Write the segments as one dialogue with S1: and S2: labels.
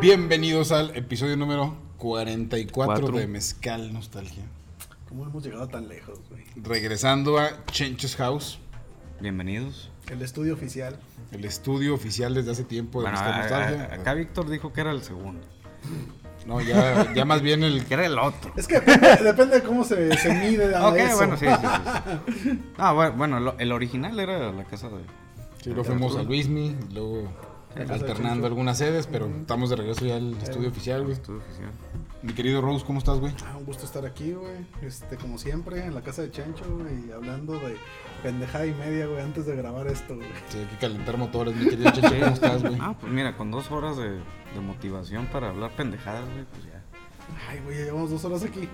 S1: Bienvenidos al episodio número 44 de Mezcal Nostalgia.
S2: ¿Cómo hemos llegado tan lejos, güey?
S1: Regresando a Chenches House,
S3: Bienvenidos.
S2: El estudio oficial.
S1: el estudio oficial desde hace tiempo de
S3: Bueno,
S1: Mezcal
S3: a- a-
S1: Nostalgia.
S3: acá Víctor dijo que era el segundo.
S1: No, ya, ya más bien el
S3: Que era el otro.
S2: Es que depende, depende de cómo se, se mide. a
S3: ok,
S2: eso.
S3: bueno, sí, sí, sí, sí. Ah, bueno, bueno, lo- el original era la casa de.
S1: Sí, luego fuimos a Luismi, luego alternando algunas sedes, pero estamos de regreso ya al estudio oficial, güey.
S3: Estudio oficial.
S1: Mi querido Rose, ¿cómo estás, güey?
S2: Ah, un gusto estar aquí, güey. Este, como siempre, en la casa de Chancho, güey, y hablando de pendejada y media, güey, antes de grabar esto, güey.
S1: Sí, hay que calentar motores, mi querido Cheche, ¿cómo estás, güey?
S3: Ah, pues mira, con dos horas de, de motivación para hablar pendejadas, güey, pues ya.
S2: Ay, güey, ya llevamos dos horas aquí.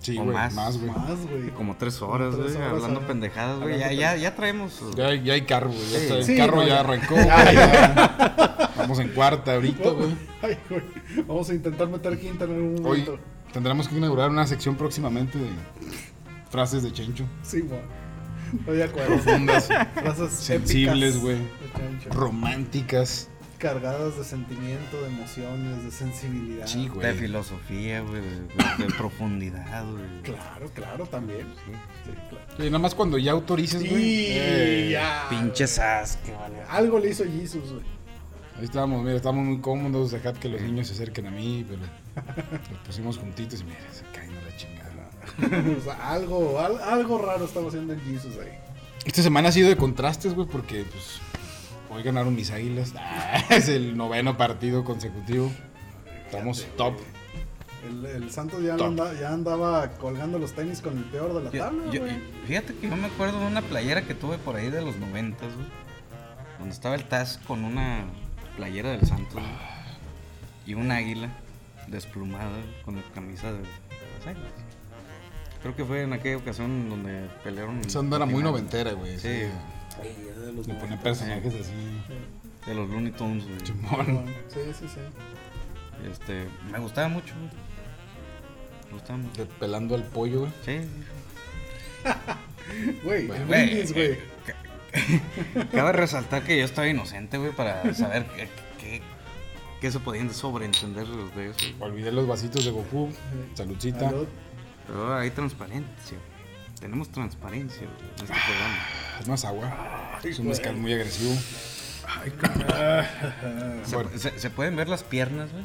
S1: Sí,
S3: o
S1: güey,
S3: más.
S1: más, güey.
S2: Más, güey.
S3: Como tres horas,
S2: Como tres
S3: güey,
S2: horas,
S3: hablando
S2: ah,
S3: pendejadas, güey. Ya,
S2: hablando
S3: ya, ya traemos.
S1: Ya, ya hay carro, güey. Ya
S3: Sí.
S1: está, el
S2: Sí,
S1: carro
S2: no,
S1: ya
S2: ya.
S1: arrancó, güey. ya. Vamos en cuarta ahorita, güey.
S2: Ay, güey. Vamos a intentar meter quinta en algún
S1: Hoy
S2: momento.
S1: tendremos que inaugurar una sección próximamente de frases de Chencho.
S2: Sí, güey. Estoy de acuerdo.
S1: Profundas,
S2: Frases
S1: sensibles,
S2: épicas
S1: güey.
S2: de Chancho.
S1: románticas.
S2: Cargadas de sentimiento, de emociones, de sensibilidad.
S1: Sí,
S3: de
S1: güey.
S3: filosofía, güey, de, de- de profundidad, güey.
S2: Claro, claro, también. Sí, claro.
S1: Y nada más cuando ya autorices, güey. eh,
S2: Y ya.
S3: Pinches as, que vale.
S2: Algo le hizo Jesus, güey.
S1: Ahí estábamos, mira, estábamos muy cómodos, dejad que los niños se acerquen a mí, pero los pusimos juntitos y mira, se caen a la chingada.
S2: o sea, algo, al- algo raro estaba haciendo el Jesus ahí.
S1: Esta semana ha sido de contrastes, güey, porque pues hoy ganaron mis águilas. Ah, es el noveno partido consecutivo. Estamos top.
S2: El, el Santos ya,
S1: Top.
S2: anda- ya andaba colgando los tenis con el peor de la
S3: Yo-
S2: tabla,
S3: yo-
S2: güey.
S3: fíjate que yo me acuerdo de una playera que tuve por ahí de los noventas, güey. Donde estaba el Taz con una playera del Santos, güey, Y un águila desplumada güey, con la camisa de, de las águilas. Creo que fue en aquella ocasión donde pelearon.
S1: Esa onda era muy
S3: final
S1: noventera, güey.
S3: Sí.
S2: Sí, ya de los
S1: Le pone
S2: noventas.
S1: personajes así.
S3: De los Looney Tunes, güey.
S1: Chimón.
S2: Sí, sí, sí.
S3: Este, me gustaba mucho, güey. Me gustaba mucho.
S1: de Pelando al pollo, güey.
S3: Sí.
S2: Güey,
S1: Güey, eh,
S2: el Brindis, güey.
S3: Cabe resaltar que yo estaba inocente, güey, para saber qué, qué, qué se podían sobreentender los de eso.
S1: Olvidé los vasitos de Goku. Saludcita.
S2: Salud.
S3: Pero hay transparencia. güey. Tenemos transparencia güey, en este
S2: Ah,
S3: programa.
S1: Es más agua. Es un mezcal muy agresivo.
S3: Se,
S1: Bueno.
S3: se- se pueden ver las piernas, güey.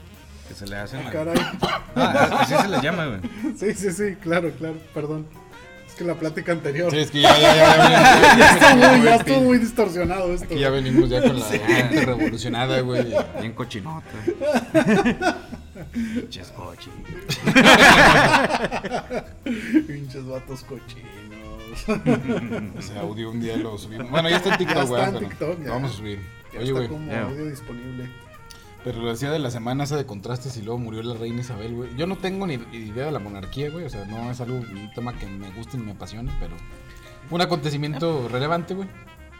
S3: Que se le hacen.
S2: Ah,
S3: a-
S2: Caray.
S3: Ah, así se les llama, güey.
S2: Sí, sí, sí, claro, claro, perdón. Es que la plática anterior.
S1: Sí, es que ya, ya, ya, ya, ya,
S2: Estuvo muy- ya
S1: ya,
S2: estuvo muy distorsionado esto.
S1: Aquí ya venimos ya con la mente revolucionada, güey.
S3: Bien cochinota. Chescochi.
S2: Pinches vatos cochinos.
S1: Ese audio un día lo subimos. Bueno, ya está en TikTok,
S2: Ya
S1: güey.
S2: está en
S1: pero
S2: TikTok,
S1: lo
S2: ya.
S1: vamos a subir.
S2: Ya
S1: Oye,
S2: está
S1: güey.
S2: como
S3: ya.
S2: audio disponible.
S1: Pero lo decía de la semana esa de contrastes y luego murió la reina Isabel, güey. Yo no tengo ni ni idea de la monarquía, güey. O sea, no es algo, un tema que me guste ni me apasione, pero fue un acontecimiento relevante, güey.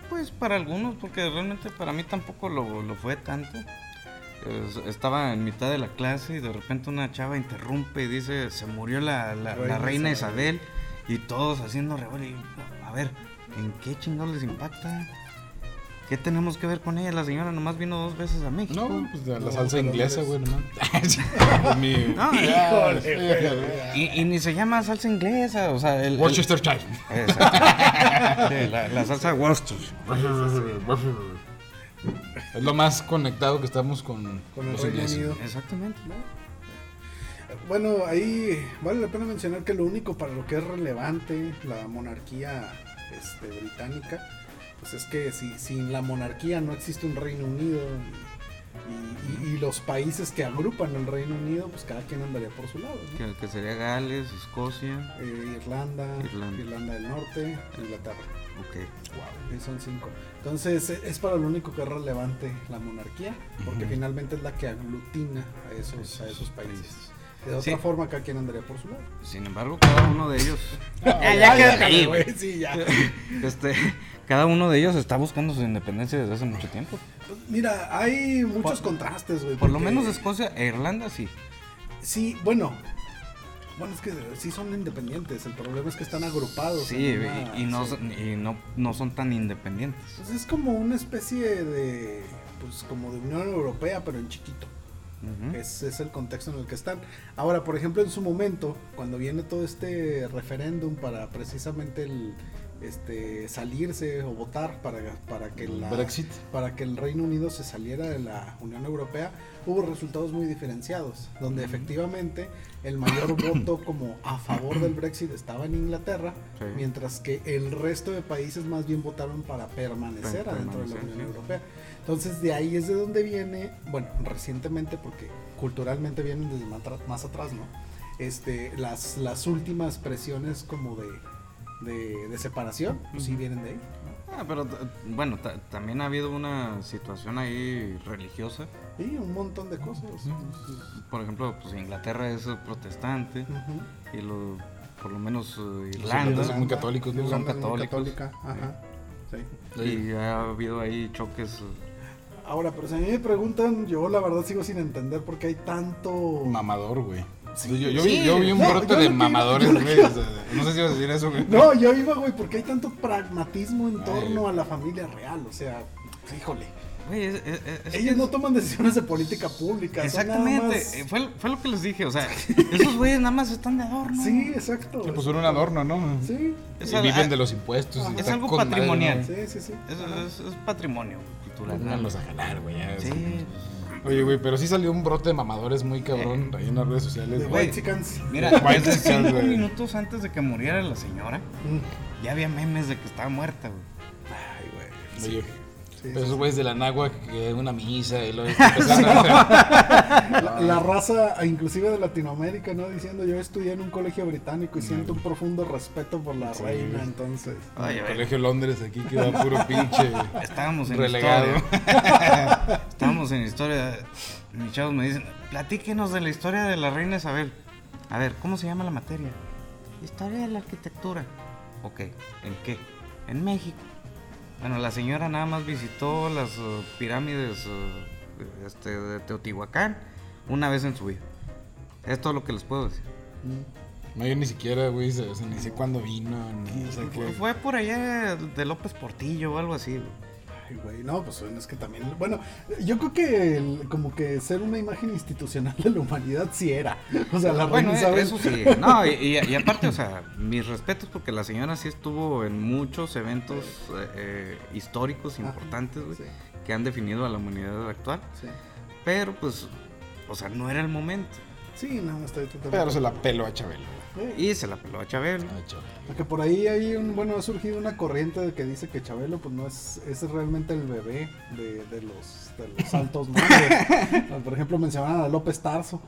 S3: Pues para algunos, porque realmente para mí tampoco lo, lo fue tanto. Es- estaba en mitad de la clase y de repente una chava interrumpe y dice, se murió la, la- la
S2: Reina
S3: reina, Isabel. y todos haciendo revuelo. Y yo, A ver, ¿en qué chingados les impacta? ¿Qué tenemos que ver con ella? La señora nomás vino dos veces a México.
S1: No, güey, pues la, la
S2: No,
S1: salsa
S2: pero
S1: inglesa,
S2: no
S1: güey,
S2: eres-
S1: nomás. Mi-
S3: No,
S1: Ya,
S2: híjole,
S1: ya,
S2: güey.
S1: ya.
S3: Y, y ni se llama salsa inglesa, o sea, el... el-
S1: Worcestershire.
S3: Exacto. Sí, la, la salsa Worcestershire.
S1: Es lo más conectado que estamos con,
S2: Con el
S1: los
S2: Reino
S1: ingleses.
S2: Unido.
S3: Exactamente.
S2: Bueno, ahí vale la pena mencionar que lo único para lo que es relevante la monarquía este, británica, pues es que si, sin la monarquía no existe un Reino Unido y, y- y los países que agrupan el Reino Unido, pues cada quien andaría por su lado. ¿no?
S3: Que, que sería Gales, Escocia.
S2: Eh, Irlanda, Irlanda,
S3: Irlanda.
S2: del Norte, Inglaterra.
S3: Ok.
S2: Wow, son cinco. Entonces e- es para lo único que es relevante la monarquía, porque finalmente es la que aglutina a esos, a esos países. De otra
S3: Sí.
S2: forma, cada quien andaría por su lado.
S3: Sin embargo, cada uno de ellos.
S2: Ah,
S3: ya quédate
S2: déjame,
S3: ahí,
S2: güey,
S3: güey.
S2: Sí, ya.
S3: Este, cada uno de ellos está buscando su independencia desde hace mucho tiempo.
S2: Pues, Mira, hay muchos
S3: Por-
S2: contrastes, güey.
S3: Por lo
S2: porque-
S3: menos Escocia e Irlanda sí.
S2: Sí, bueno. Bueno, es que sí son independientes. El problema es que están agrupados.
S3: Sí,
S2: en
S3: y,
S2: una-
S3: y no,
S2: sí.
S3: son- y no, no son tan independientes.
S2: Pues es como una especie de. Pues como de Unión Europea, pero en chiquito.
S3: Ujú.
S2: Es, es el contexto en el que están. Ahora, por ejemplo, en su momento, cuando viene todo este referéndum para precisamente el este salirse o votar para, para
S3: Mm,
S2: que la
S1: Brexit.
S2: para que el Reino Unido se saliera de la Unión Europea, hubo resultados muy diferenciados, donde efectivamente el mayor voto como a favor del Brexit estaba en Inglaterra,
S3: Sí.
S2: mientras que el resto de países más bien votaron para permanecer
S3: Para
S2: adentro de la
S3: permanecer,
S2: Unión
S3: sí.
S2: Europea. Entonces de ahí es de donde viene, bueno, recientemente porque culturalmente vienen desde más atras- más atrás, ¿no? Este, las, las últimas presiones como de, de, de separación, pues sí vienen de ahí. ¿no?
S3: Ah, pero t- bueno, ta- también ha habido una situación ahí religiosa.
S2: Y un montón de cosas.
S3: Por ejemplo, pues Inglaterra es eh, protestante
S2: Ujú.
S3: y lo, por lo menos eh,
S1: ingleses
S3: Irlanda.
S1: son muy católicos, ¿no?
S2: Irlanda
S3: Son
S2: es muy
S3: católicos.
S2: católica, ajá, sí.
S3: Y ha habido ahí choques. eh,
S2: Ahora, pero si a mí me preguntan, yo la verdad sigo sin entender por qué hay tanto.
S1: Mamador, güey.
S2: Sí.
S1: Yo, yo vi, yo vi un
S2: No,
S1: brote
S2: yo
S1: de
S2: lo que-
S1: mamadores,
S2: yo lo
S1: güey. o sea, no sé si ibas a decir eso, güey.
S2: No, yo iba, güey, porque hay tanto pragmatismo en
S1: Ay.
S2: torno a la familia real. O sea, pues, híjole.
S3: güey, es- es- es- es
S2: Ellos
S3: que-
S2: no toman decisiones de política pública. son nada
S3: Exactamente,
S2: más-
S3: eh, fue, fue lo que les dije, o sea, esos güeyes nada más están de adorno.
S2: Sí, exacto.
S1: Le pusieron pues un adorno, ¿no?
S2: Sí,
S3: Es
S1: y
S3: al-
S1: viven
S3: a-
S1: de los impuestos. y
S2: es
S1: está
S3: algo
S1: con madre,
S3: patrimonial.
S1: ¿no?
S2: sí, sí, sí.
S3: Es,
S2: Ajá.
S3: es- es patrimonio cultural.
S1: Pónganlos a jalar, güey. ya.
S3: Sí.
S1: Oye, güey, pero sí salió un brote de mamadores muy cabrón ahí en las redes sociales.
S2: Eh. De
S1: güey.
S3: güey.
S2: White Chickens.
S3: Mira,
S1: Guay,
S3: desde
S1: sí,
S3: cinco
S1: güey.
S3: minutos antes de que muriera la señora,
S2: Mm.
S3: ya había memes de que estaba muerta, güey.
S2: Ay, güey.
S1: Oye,
S2: Sí,
S1: pero
S2: sí,
S1: esos güeyes de la nagua que una misa y luego empezaron a hacer-
S2: La, la raza, inclusive de Latinoamérica, ¿no? Diciendo, yo estudié en un colegio británico y siento un profundo respeto por la
S1: Sí.
S2: reina, entonces.
S3: Ay,
S1: El
S3: güey,
S1: Colegio Londres aquí queda puro pinche.
S3: Estábamos en
S1: Relegado.
S3: historia. Estábamos en historia. Mis chavos me dicen, platíquenos de la historia de la reina Isabel. A ver, ¿cómo se llama la materia? Historia de la arquitectura. Ok, ¿en qué? En México. Bueno, la señora nada más visitó las eh, pirámides eh, este, de Teotihuacán una vez en su vida. Es todo lo que les puedo decir.
S1: No, yo ni siquiera, güey, se- o sea, ni sé cuándo vino. ni- o sea, que-
S3: Fue por allá de López Portillo o algo así. güey.
S2: Ay, güey, no, pues bueno, es que también, bueno, yo creo que el- como que ser una imagen institucional de la humanidad sí era. O sea, la
S3: bueno,
S2: reina
S3: eh,
S2: Isabel-
S3: eso sí. No, y, y- y aparte, o sea, mis respetos porque la señora sí estuvo en muchos eventos eh, eh, históricos
S2: Ajá,
S3: importantes, güey,
S2: sí,
S3: que han definido a la humanidad actual.
S2: sí.
S3: Pero, pues, o sea, no era el momento.
S2: Sí, no, estoy totalmente.
S1: Pero se la pelo a Chabelo.
S2: Eh,
S3: Y se la peló a Chabelo.
S2: Ah,
S1: a Chabelo.
S2: Porque por ahí hay un, bueno, ha surgido una corriente de que dice que Chabelo, pues no es, es realmente el bebé de, de los, de los altos mandos. por ejemplo, mencionaban a López Tarso.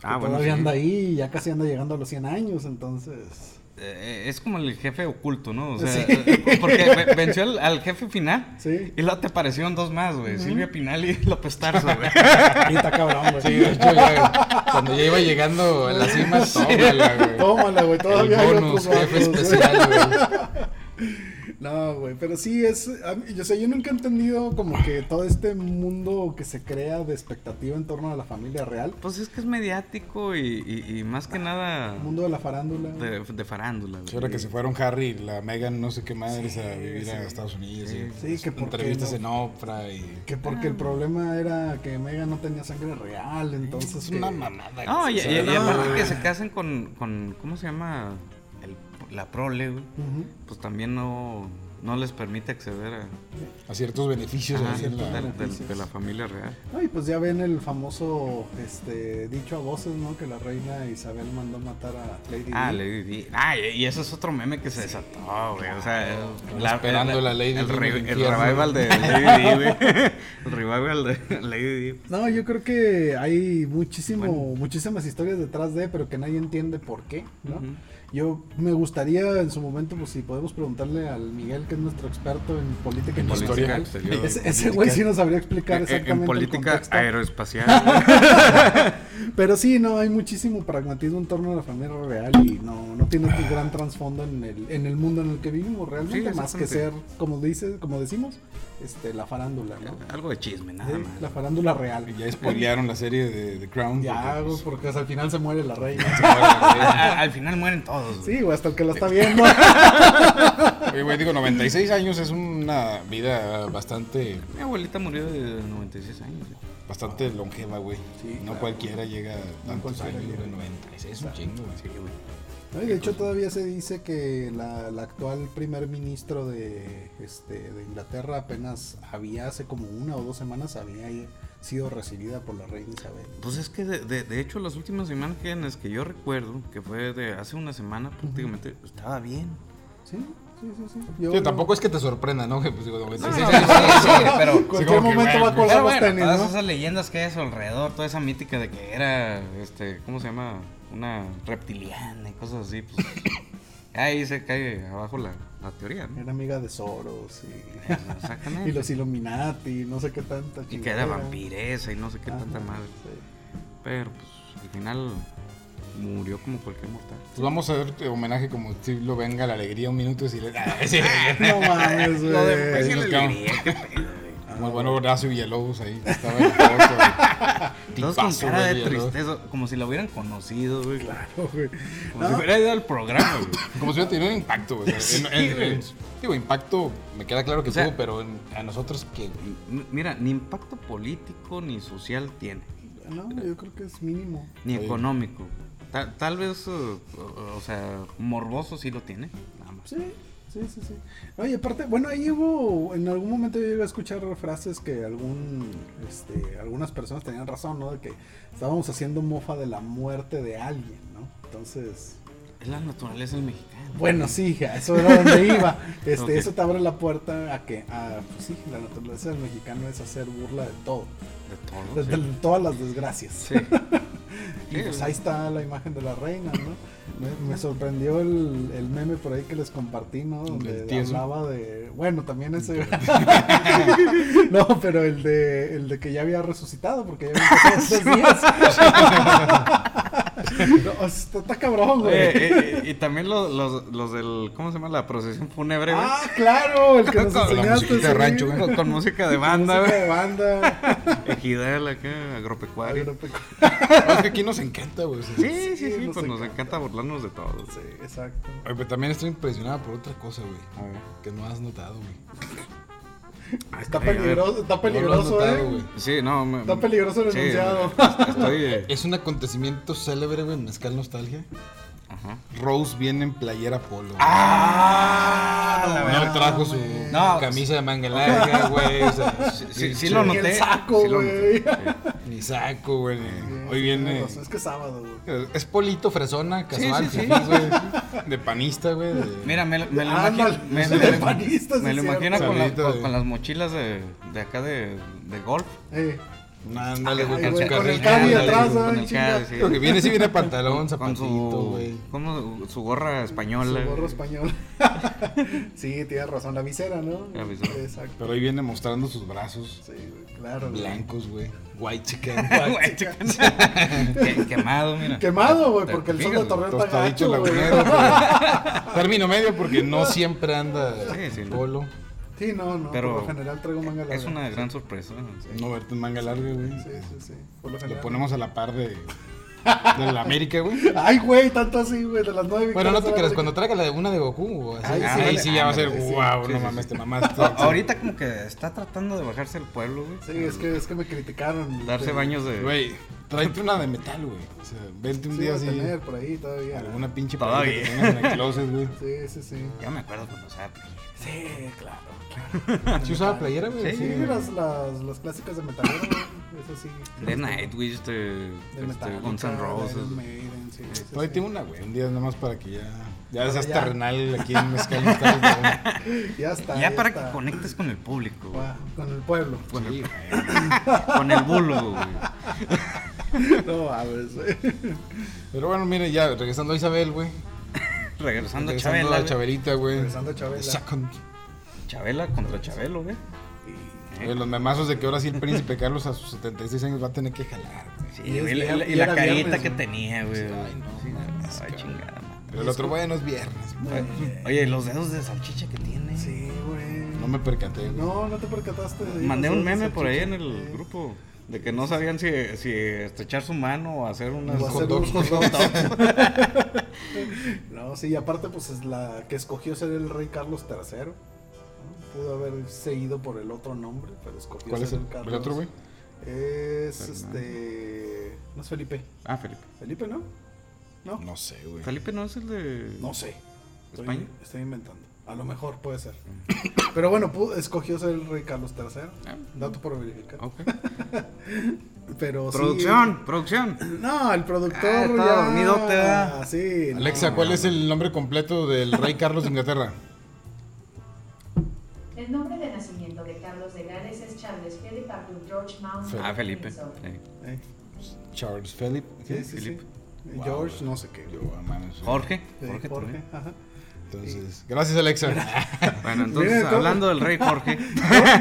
S2: que
S3: Ah, bueno,
S2: todavía
S3: sí.
S2: anda ahí y ya casi anda llegando a los 100 años, entonces.
S3: Eh, es como el jefe oculto, ¿no? O sea,
S2: Sí.
S3: eh, porque ve- venció al, al jefe final.
S2: Sí.
S3: Y luego te aparecieron dos más, güey. Silvia Pinal y López Tarso, güey.
S2: Ahí está cabrón, güey.
S1: Sí, de hecho, ya, cuando ya iba llegando a la cima, tómala, güey.
S2: Tómala, güey, todavía hay
S1: El bonus,
S2: otros
S1: jefe
S2: vatos, güey.
S1: especial, güey.
S2: No, güey, pero sí es. a mí- Yo sé, yo nunca he entendido como que todo este mundo que se crea de expectativa en torno a la familia real,
S3: Pues es que es mediático y, y- y más que nada
S2: el mundo de la farándula. güey.
S3: de, de farándula, güey.
S1: Sí, Pues Ahora que se fueron Harry y la Megan, no sé qué madres, a vivir a
S2: sí.
S1: Estados Unidos.
S3: Sí.
S1: y
S2: Sí, que por qué
S1: Entrevistas
S2: no.
S1: en Oprah y.
S2: Que porque el problema era que Mega no tenía sangre real, entonces.
S1: Es una
S2: que-
S1: mamada.
S3: No,
S1: güey,
S3: y,
S1: o sea,
S3: y- y
S1: no,
S3: aparte
S2: Ah.
S1: güey.
S3: que se casen con, con ¿cómo se llama? El- la prole, güey.
S2: Ujú.
S3: Pues también no, no les permite acceder a,
S1: A ciertos beneficios.
S2: Ah,
S3: Ajá,
S1: así en la-
S3: de, de- de la familia real.
S2: No, y pues ya ven el famoso este dicho a voces, ¿no? Que la reina Isabel mandó matar a Lady
S3: Ah,
S2: Di.
S3: Lady Di. Ah, y y eso es otro meme que se desató, güey. O sea, el-
S1: Esperando la Lady
S3: el,
S1: Di en
S3: re-
S1: el
S3: el
S1: infierno.
S3: revival de Lady Di, güey. El revival de Lady Di. Eh,
S2: No, yo creo que hay muchísimo, muchísimas historias detrás de, pero que nadie entiende por qué, ¿no?
S3: Ujú.
S2: Yo me gustaría en su momento, pues si podemos preguntarle al Miguel, que es nuestro experto en política
S1: En
S2: internacional.
S1: historia.
S3: exterior.
S2: Ese, ese güey sí nos sabría explicar
S3: eh, En- en,
S2: exactamente el
S3: política
S2: contexto.
S3: aeroespacial. güey.
S2: Pero sí, no, hay muchísimo pragmatismo en torno a la familia real y no, no tiene un gran trasfondo en el, en el mundo en el que vivimos realmente,
S3: Sí,
S2: más que ser,
S3: exactamente.
S2: como dices, como decimos, este, la farándula, ¿no?
S3: Algo de chisme, nada
S2: Sí,
S3: más.
S2: la farándula real.
S1: Y Ya spoilearon la serie de The Crown.
S2: Ya,
S1: porque,
S2: güey,
S1: pues,
S2: porque hasta al final se muere la reina.
S1: se muere
S3: A-
S1: la
S3: a- al final mueren todos, güey.
S2: Sí, güey, hasta el que la está viendo.
S1: serie. Oye, güey, digo, 96 años es una vida bastante.
S3: Mi abuelita murió de 96 años. güey.
S1: bastante longeva, güey.
S2: Sí,
S1: no
S2: claro.
S1: cualquiera llega a tantos
S2: cualquiera
S1: años,
S2: llega.
S1: güey, 90. Ese Es un chingo, güey.
S2: No, y de hecho todavía se dice que la, la actual primer ministro de, este, de Inglaterra apenas había, hace como una o dos semanas, había sido recibida por la reina Isabel.
S3: Pues es que de, de- de hecho las últimas semanas que, en las que yo recuerdo, que fue de hace una semana prácticamente, estaba bien.
S2: Sí, sí, sí. sí.
S1: Sí,
S2: Yo-
S1: tampoco es que te sorprenda, ¿no? güey? Pues digo, 96
S3: Ah, No, no,
S1: años.
S3: sí, sí, pero-
S2: En cualquier
S1: como que,
S2: momento
S1: güey,
S2: va a colar
S3: pues, Pero
S2: los
S3: bueno,
S2: tenis,
S3: todas
S2: ¿no?
S3: esas leyendas que hay a su alrededor, toda esa mítica de que era, este, ¿cómo se llama? Una reptiliana y cosas así, pues ahí se cae abajo la, la teoría, ¿no?
S2: Era amiga de Soros y,
S3: Exactamente.
S2: y los Illuminati, no sé qué tanta
S3: Y que era
S2: chingadera.
S3: vampiresa y no sé qué
S2: Ajá,
S3: tanta madre.
S2: sí.
S3: Pero pues al final murió como cualquier mortal.
S1: Pues vamos a hacer homenaje como si lo venga la alegría un minuto y decirle. Ah, sí.
S2: No mames, güey.
S3: Lo de- pues,
S1: ahí nos
S3: el
S1: quedamos.
S3: alegría, qué pedo, güey.
S1: Como el buen Horacio Villalobos ahí. que Estaba en el pozo, güey.
S3: Todos con
S1: Tipazo,
S3: cara
S1: güey,
S3: de
S1: Villalobos.
S3: tristeza, como si la hubieran conocido, güey.
S2: Claro, güey.
S3: Como si
S2: No,
S3: hubiera ido al programa, güey.
S1: Como si hubiera tenido un impacto, güey. O sea,
S3: Sí,
S1: en- en-
S3: güey.
S1: en- digo, impacto me queda claro que
S3: O sea,
S1: tuvo, pero en- a nosotros que.
S3: M- Mira, ni impacto político ni social tiene,
S2: no, yo creo que es mínimo.
S3: ni
S1: Oye.
S3: económico. Ta- Tal, vez, eh, o, o sea, morboso sí lo tiene, nada más.
S2: Sí, sí, sí, sí. No, y aparte, bueno, ahí hubo, en algún momento yo iba a escuchar frases que algún, este, algunas personas tenían razón, ¿no? De que estábamos haciendo mofa de la muerte de alguien, ¿no? Entonces,
S3: Es la naturaleza del mexicano.
S2: bueno, sí, a eso era donde iba. Este,
S3: Ok.
S2: Eso te abre la puerta a que, a, pues sí, la naturaleza del mexicano es hacer burla de todo,
S3: De todo.
S2: de,
S3: sí.
S2: de todas las desgracias.
S3: Sí.
S2: Y pues ahí está la imagen de la reina, ¿no? Me, me sorprendió el, el meme por ahí que les compartí, ¿no? Donde
S1: Del tieso.
S2: hablaba de. Bueno, también ese. no, pero el de, el de que ya había resucitado, porque ya había pasado tres días. No, o sea, está, está cabrón, güey.
S3: Oye, eh, eh, y también lo- los, los del, ¿cómo se llama? La procesión fúnebre, güey.
S2: ah, claro, el que nos
S3: Con la
S2: enseñaste.
S1: musiquita de rancho, güey.
S3: con, con música de banda,
S2: Banda,
S3: güey.
S2: de banda. pues,
S3: Ejidal acá, agropecuario.
S1: No, es que aquí nos encanta, güey. o sea,
S3: Sí, sí, sí,
S2: Sí, nos
S3: pues nos
S2: encanta.
S3: encanta burlarnos de todo.
S2: Sí, exacto.
S1: Oye, pero también estoy impresionado por otra cosa, güey.
S3: A ver.
S1: Que no has notado, güey.
S2: Está
S3: caray, a ver.
S2: peligroso, está
S1: No lo has
S2: peligroso,
S1: notado,
S2: eh.
S1: güey.
S3: Sí, no. me-
S2: Está peligroso el
S3: sí,
S2: enunciado.
S3: Estoy. eh,
S1: Es un acontecimiento célebre, güey, en Mezcal Nostalgia.
S3: Ajá.
S1: Rose viene en playera polo. güey.
S3: Ah,
S1: no
S2: verdad,
S1: trajo su
S2: güey.
S3: No,
S1: camisa de manga larga, güey. O sea,
S3: Sí, sí,
S1: pinche-
S3: sí lo
S2: Ni el
S3: noté.
S2: saco,
S3: sí lo
S2: güey.
S3: noté,
S1: Ni saco, güey.
S2: Sí,
S1: Hoy
S2: sí,
S1: viene.
S2: tienes razón, Es que es sábado, güey.
S1: Es polito, fresona, casual,
S3: sí, sí.
S1: feliz, güey. De panista, güey. de-
S3: sí. Mira, me, lo- me lo
S2: Ah,
S3: imagino.
S2: no,
S3: Me,
S2: soy
S3: me lo-
S2: panista, sí
S3: me lo
S2: es cierto.
S3: imagino con, la-
S1: Saludito,
S3: con-
S1: güey.
S3: con las mochilas de, de acá de, de golf.
S2: Eh,
S1: Ándale, güey,
S2: Ay,
S1: con
S2: güey,
S1: su
S2: con el
S1: carril.
S2: caddy
S1: ándale,
S2: atrás,
S1: güey.
S2: ¿eh?
S3: Con el
S2: Chinga.
S3: caddy, sí.
S1: Lo que viene sí viene pantalón,
S3: Con
S1: zapatito, güey.
S3: su, ¿cómo? su gorra española.
S2: su gorro español. sí, tienes razón, la visera, ¿no?
S3: La visera.
S2: Exacto.
S1: Pero ahí viene mostrando sus brazos
S2: Sí, güey, claro. güey.
S1: blancos, güey. White chicken.
S3: Güey, que- Quemado, mira.
S2: Quemado, güey,
S3: Te-
S2: porque
S3: te
S2: el sol
S3: fijas,
S2: de Torreón está
S1: Tostadito
S2: gacho, güey.
S1: lagunero. güey. Término medio porque no siempre anda
S3: Sí, sí, no.
S1: polo.
S2: Sí, no, no,
S3: Pero
S2: por lo general traigo manga larga.
S3: Es una gran sorpresa.
S1: No verte en manga larga, güey.
S2: Sí, sí, sí. Por lo general.
S1: Lo ponemos a la par de, de la América, güey.
S2: Ay, güey, tanto así, güey, de las nueve.
S1: Bueno, no te creas, cuando traiga la de una de Goku, o así,
S2: Ay, sí,
S1: ahí
S2: vale.
S1: sí ya va a ser,
S2: Ándale, sí.
S1: wow,
S3: Sí,
S1: no
S3: sí,
S1: mames,
S3: sí.
S1: te mamaste.
S3: A- Ahorita como que está tratando de bajarse el pueblo, güey.
S2: Sí, es que, es que me criticaron.
S3: Darse
S2: Sí,
S3: baños de...
S1: Güey, tráete una de metal, güey. O sea, vente un
S2: Sí,
S1: día
S2: voy a
S1: así.
S2: tener por ahí todavía.
S1: Alguna pinche palabra
S3: Todavía.
S1: que tengas en el closet, güey.
S2: Sí, sí, sí.
S3: Yo me acuerdo cuando estaba pequeño.
S2: Sí, claro,
S1: ¿Sí usaba playera, güey?
S2: Sí, las, las, las clásicas de metalero, güey, eso sí.
S3: De Nightwish, de,
S2: De
S3: este,
S2: Metallica,
S3: Guns N'
S2: de
S3: Roses.
S2: Iron Maiden, sí, sí,
S1: Todavía
S2: sí.
S1: tengo una, güey. Un día nomás para que ya. Ya
S2: Para
S1: seas
S2: ya.
S1: terrenal aquí en Mezcal. Nostalgia, güey.
S2: Ya está.
S3: Ya para
S2: está.
S3: que conectes con el público, güey.
S2: Va, Con el pueblo.
S1: Sí, güey.
S3: con el bulo, güey.
S2: No mames, güey.
S1: Pero bueno, mire, ya regresando a Isabel, güey.
S3: Regresando a
S1: Regresando
S3: Chabela.
S1: a
S3: güey.
S1: Chabelita, güey.
S2: Regresando a Chabela.
S1: Second.
S3: Chabela contra Chabelo, güey.
S1: Güey, los memazos de que ahora sí el príncipe Carlos a sus 76 años va a tener que jalar, güey.
S3: Sí,
S2: Y es
S3: güey, la-
S2: vier-
S3: la- y
S2: y
S3: la
S2: era
S3: carita
S2: viernes,
S3: que
S2: güey.
S3: tenía, güey.
S1: ay, no
S3: Sí,
S1: mames,
S3: ay,
S1: cabrón.
S3: chingada, madre.
S1: Pero el otro, bueno, es viernes. güey.
S3: Oye, los dedos de salchicha que tiene.
S2: Sí, güey.
S1: No me percaté, güey.
S2: No, no te percataste. de-
S3: Mandé
S2: de
S3: un
S2: esa
S3: meme por ahí en el
S2: salchicha.
S3: grupo de que no sabían si, si estrechar su mano o hacer unas
S2: O hacer
S1: hot dogs.
S2: unos hot No, sí, y aparte, pues es la que escogió ser el rey Carlos III. ¿no? Pudo haber seguido por el otro nombre, pero escogió
S1: ¿Cuál
S2: ser
S1: es el,
S2: Carlos.
S1: el otro, güey?
S2: Es
S3: Fernando.
S2: este. No es Felipe.
S3: Ah, Felipe.
S2: ¿Felipe, no? No. No,
S1: No sé, güey.
S3: Felipe no es el de.
S2: sé. Estoy,
S3: ¿España?
S2: estoy inventando. A lo mejor puede ser.
S3: Mm.
S2: Pero bueno, pu- escogió ser el rey Carlos III.
S3: Ah,
S2: Dato por verificar.
S3: ok.
S2: Pero sí-
S3: producción, producción.
S2: No, el productor.
S3: Ah, está
S2: ya-
S3: dormidote, ¿verdad?
S2: Sí.
S1: Alexa,
S3: No,
S1: ¿cuál
S3: no,
S1: es el nombre completo del rey Carlos de Inglaterra?
S4: El nombre de nacimiento de Carlos de Gales es Charles Philip Arthur George Mount.
S1: Fe-
S3: Ah, Felipe.
S4: Windsor.
S3: Eh,
S2: Eh,
S1: Charles Philip.
S2: sí, sí,
S3: Felipe.
S2: sí.
S1: Wow,
S2: George,
S1: güey.
S2: no sé qué.
S1: Yo, ah, mames, güey.
S3: Jorge.
S2: Sí,
S3: Jorge,
S2: Jorge.
S3: también.
S2: Ajá.
S1: Entonces, gracias Alexa.
S3: Bueno, entonces,
S2: Mira, ¿cómo?
S3: hablando del rey Jorge.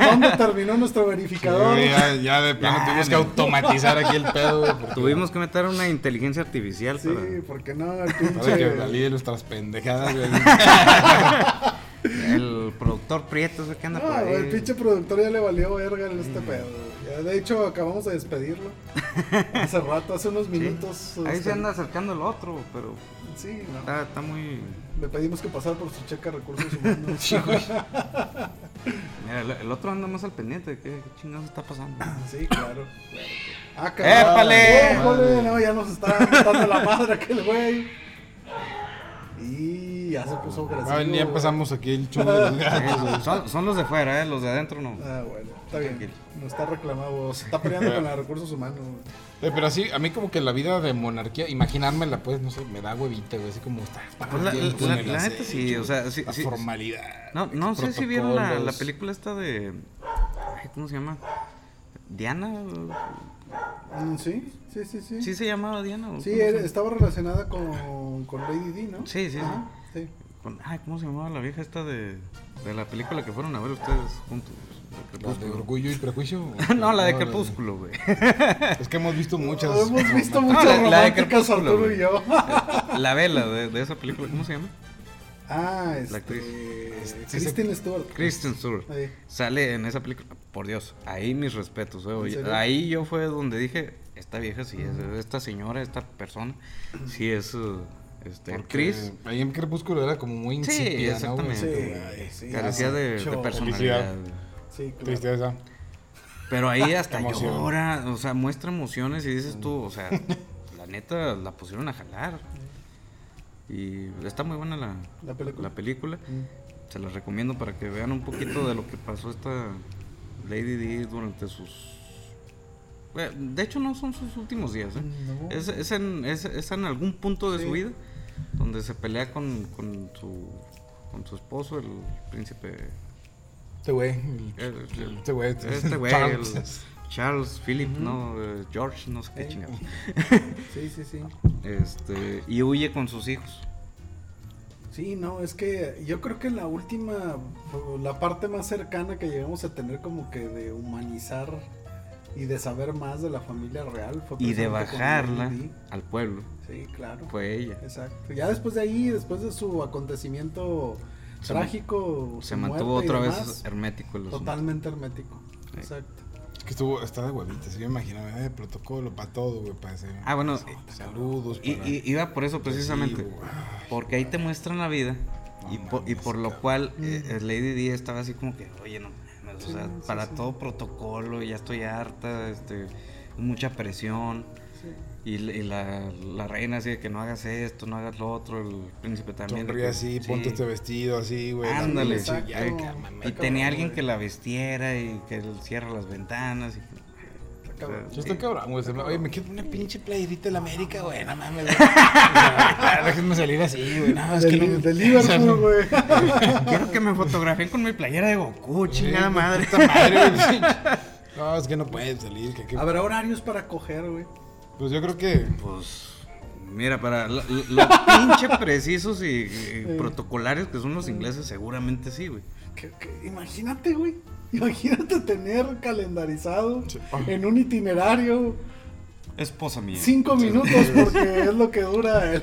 S2: ¿Dónde terminó nuestro verificador?
S1: Güey, ya, ya de plano
S3: Ya,
S1: tuvimos que
S3: güey.
S1: automatizar aquí el pedo. güey, porque-
S3: Tuvimos que meter una inteligencia artificial
S2: Sí,
S3: para.
S2: porque no, el
S1: Para que
S2: pinche.
S1: valide nuestras pendejadas, güey.
S3: El productor Prieto, ¿qué anda por
S2: No,
S3: ahí? Mm.
S2: el pinche productor ya le valió verga en este pedo. Ya, de hecho, acabamos de despedirlo. Hace rato, hace unos
S3: Sí.
S2: minutos.
S3: Ahí se
S2: este,
S3: anda acercando el otro, pero
S2: Sí, no.
S3: está, está muy.
S2: Le pedimos que pasara por su checa de recursos humanos.
S1: Sí, güey.
S3: Mira, el, el otro anda más al pendiente. de ¿Qué, qué chingados está pasando?
S2: Sí, claro. Ah,
S3: ¡Épale!
S2: ¡Épale! No, ya nos está dando la madre aquel güey. Y ya se puso gracioso.
S1: Ah, ven, ya pasamos aquí el chungo de los gatos.
S3: Eh, son, son los de fuera, ¿eh? Los de adentro no.
S2: Ah, bueno, está bien.
S3: Tranquilo.
S2: No está reclamado. Se está peleando con los recursos humanos. güey.
S1: Güey, Pero así, a mí como que la vida de monarquía, imaginármela, pues, no sé, me da huevita, güey, así como está.
S3: Pues la-
S1: tiempo
S3: la-
S1: en el
S3: la neta sí,
S1: acecho,
S3: o sea, sí-
S1: la
S3: sí-
S1: formalidad.
S3: No, no sé si vieron la, la
S1: protocolos.
S3: película esta de. ay, ¿Cómo se llama? ¿Diana?
S2: Mm, Sí, sí, sí, sí.
S3: ¿Sí
S2: Sí,
S3: se llamaba Diana? o cómo se
S2: era-
S3: llama?
S2: estaba relacionada con, con Lady D, ¿no?
S3: Sí, sí, sí.
S2: Ajá, sí.
S3: Con- ay, ¿Cómo se llamaba la vieja esta de, de la película que fueron a ver ustedes juntos? De
S1: ¿La de
S3: Crepúsculo.
S1: orgullo y prejuicio?
S3: no, la de Crepúsculo, güey.
S1: Es que hemos visto muchas.
S2: Hemos visto
S3: No,
S2: muchas
S3: la- la de
S2: románticas,
S3: Crepúsculo,
S2: Arturo
S3: güey.
S2: y yo.
S3: La vela de, de esa película, ¿cómo se llama?
S2: Ah, este.
S3: actriz.
S1: Sí, sí.
S2: Kristen Stewart.
S3: Kristen Stewart.
S2: Ahí.
S3: Sale en esa película. Por Dios, ahí mis respetos. eh, oye,
S2: ¿En serio?
S3: ahí yo fue donde dije, esta vieja sí es, esta señora, esta persona, sí es eh, este,
S1: Porque
S3: Chris.
S1: Ahí en Crepúsculo era como muy
S3: Sí,
S1: insípida, ¿no, güey?
S3: exactamente.
S2: Sí, sí.
S3: Carecía de, de
S2: Mucho.
S3: personalidad.
S2: Sí, claro.
S1: Tristeza.
S3: Pero ahí hasta
S1: Emoción.
S3: llora, o sea, muestra emociones y dices tú, o sea, la neta la pusieron a jalar. Y está muy buena la,
S2: La película.
S3: la película.
S2: Mm.
S3: Se las recomiendo para que vean un poquito de lo que pasó esta Lady D durante sus... Bueno, De hecho, no son sus últimos días. ¿eh?
S2: Mm, No.
S3: Es, es en, es, es en algún punto de
S2: Sí.
S3: su vida donde se pelea con, con, su, con su esposo, el príncipe...
S1: Este güey.
S3: Eh,
S1: el- Este güey.
S3: Este güey,
S1: Charles.
S3: el Charles Philip, no, eh, George, no sé qué
S2: Eh.
S3: chingados.
S2: Sí, sí, sí.
S3: Este, y huye con sus hijos.
S2: Sí, no, es que yo creo que la última, la parte más cercana que llegamos a tener como que de humanizar y de saber más de la familia real fue
S3: Y de
S2: precisamente con
S3: bajarla
S2: Lady Di.
S3: al pueblo
S2: Sí, claro.
S3: fue ella.
S2: Exacto. Ya después de ahí, después de su acontecimiento
S3: Se ma-
S2: trágico,
S3: Se
S2: su
S3: mantuvo
S2: muerte Pues y
S3: otra vez
S2: demás,
S3: hermético el asunto.
S2: totalmente hermético.
S3: Sí.
S2: Exacto.
S1: Es que estuvo. Está de huevita. Sí, me imaginaba. eh, protocolo para todo, güey. Para hacer.
S3: Ah, bueno,
S1: Saludos.
S3: Y,
S1: para-
S3: y- iba por eso precisamente.
S1: Sí, güey.
S3: Porque ahí te muestran la vida.
S1: No
S3: Y por, y
S1: mames,
S3: por lo
S1: cabrón.
S3: cual eh, eh, Lady Di estaba así como que, oye, no mames, o
S2: Sí,
S3: sea,
S2: sí,
S3: para
S2: sí.
S3: todo protocolo, ya estoy harta, este, mucha presión.
S2: Sí.
S3: Y, la- y la, la reina así de que no hagas esto, no hagas lo otro, el príncipe también. de
S1: Sonríe
S3: que-
S1: así,
S3: sí.
S1: ponte este vestido así, güey.
S3: Ándale, eh,
S1: Sí,
S2: exacto.
S1: ya, ya, mames.
S3: Y
S2: Ay,
S3: tenía
S2: cabrón,
S3: alguien
S2: güey.
S3: que la vestiera y que él cierra las ventanas. Y...
S2: Está cabrón.
S1: Sí, está cabrón, güey. se me- Oye, me quedo una pinche playerita de la América, güey. No mames, güey. Déjenme salir así, güey. No, Ah, es que
S2: Del-
S1: no.
S2: del Liverpool, güey.
S3: Quiero que me fotografíen con mi playera de Goku, chingada
S1: Sí,
S3: madre.
S1: puta madre, güey. No, es que no pueden salir. que- que-
S2: Habrá horarios para coger, güey.
S1: Pues yo creo que.
S3: Pues, mira, para lo, lo- lo pinche precisos y, y protocolarios que son los ingleses, seguramente sí, güey.
S2: Que- que- imagínate, güey. Imagínate tener calendarizado
S1: Sí.
S2: en un itinerario
S3: Esposa mía.
S2: cinco minutos porque es lo que dura el,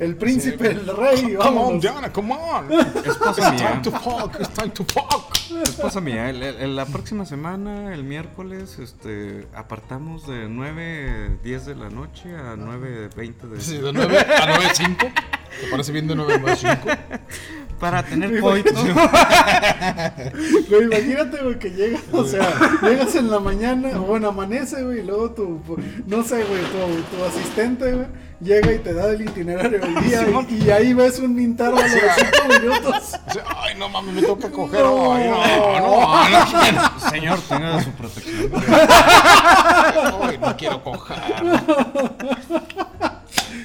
S2: el príncipe, el rey.
S1: Come on,
S2: Vamos.
S1: Diana, come on.
S3: Esposa
S1: It's time
S3: mía.
S1: to fuck, it's time to fuck.
S3: Esposa mía, el- el- el- la próxima semana, el miércoles, este, apartamos de 9, 10 de la noche a 9, 20 de...
S1: Sí, de 9 a 9.5. ¿Te parece bien de 9 a 9.5?
S3: para tener
S2: Me
S3: coito.
S2: Güey, imagínate, güey, que llegas, o sea, llegas en la mañana, o bueno, amanece, güey, y luego tu, no sé, güey, tu, tu asistente, güey, llega y te da el itinerario del día, y, y ahí ves un intervalo de cinco minutos.
S1: O sea, ay, no mames, me toca coger.
S2: No.
S1: Ay, no, no, no,
S3: Señor, tenga su protección.
S1: quiero, ay, no quiero coger.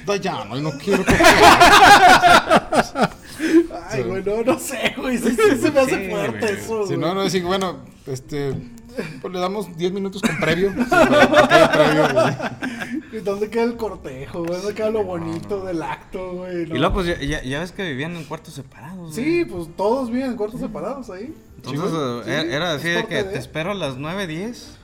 S1: Dayano, ay, no quiero coger.
S2: Ay, güey, no, no sé, güey, sí, sí se me hace
S3: Sí,
S2: fuerte
S3: güey.
S2: eso, güey.
S1: Si no, no decir, bueno, este. Pues le damos 10 minutos con previo. Sí, pues, para que quede previo, güey.
S2: ¿Y ¿Dónde queda el cortejo, güey? ¿Dónde queda lo bonito del acto, güey? No.
S3: Y luego, pues ya, ya- ya ves que vivían en cuartos separados.
S2: Sí, pues todos viven en cuartos separados ahí.
S3: güey. Entonces
S2: Sí,
S3: eh, era- era
S2: es
S3: así de
S2: parte
S3: que te espero a las 9.10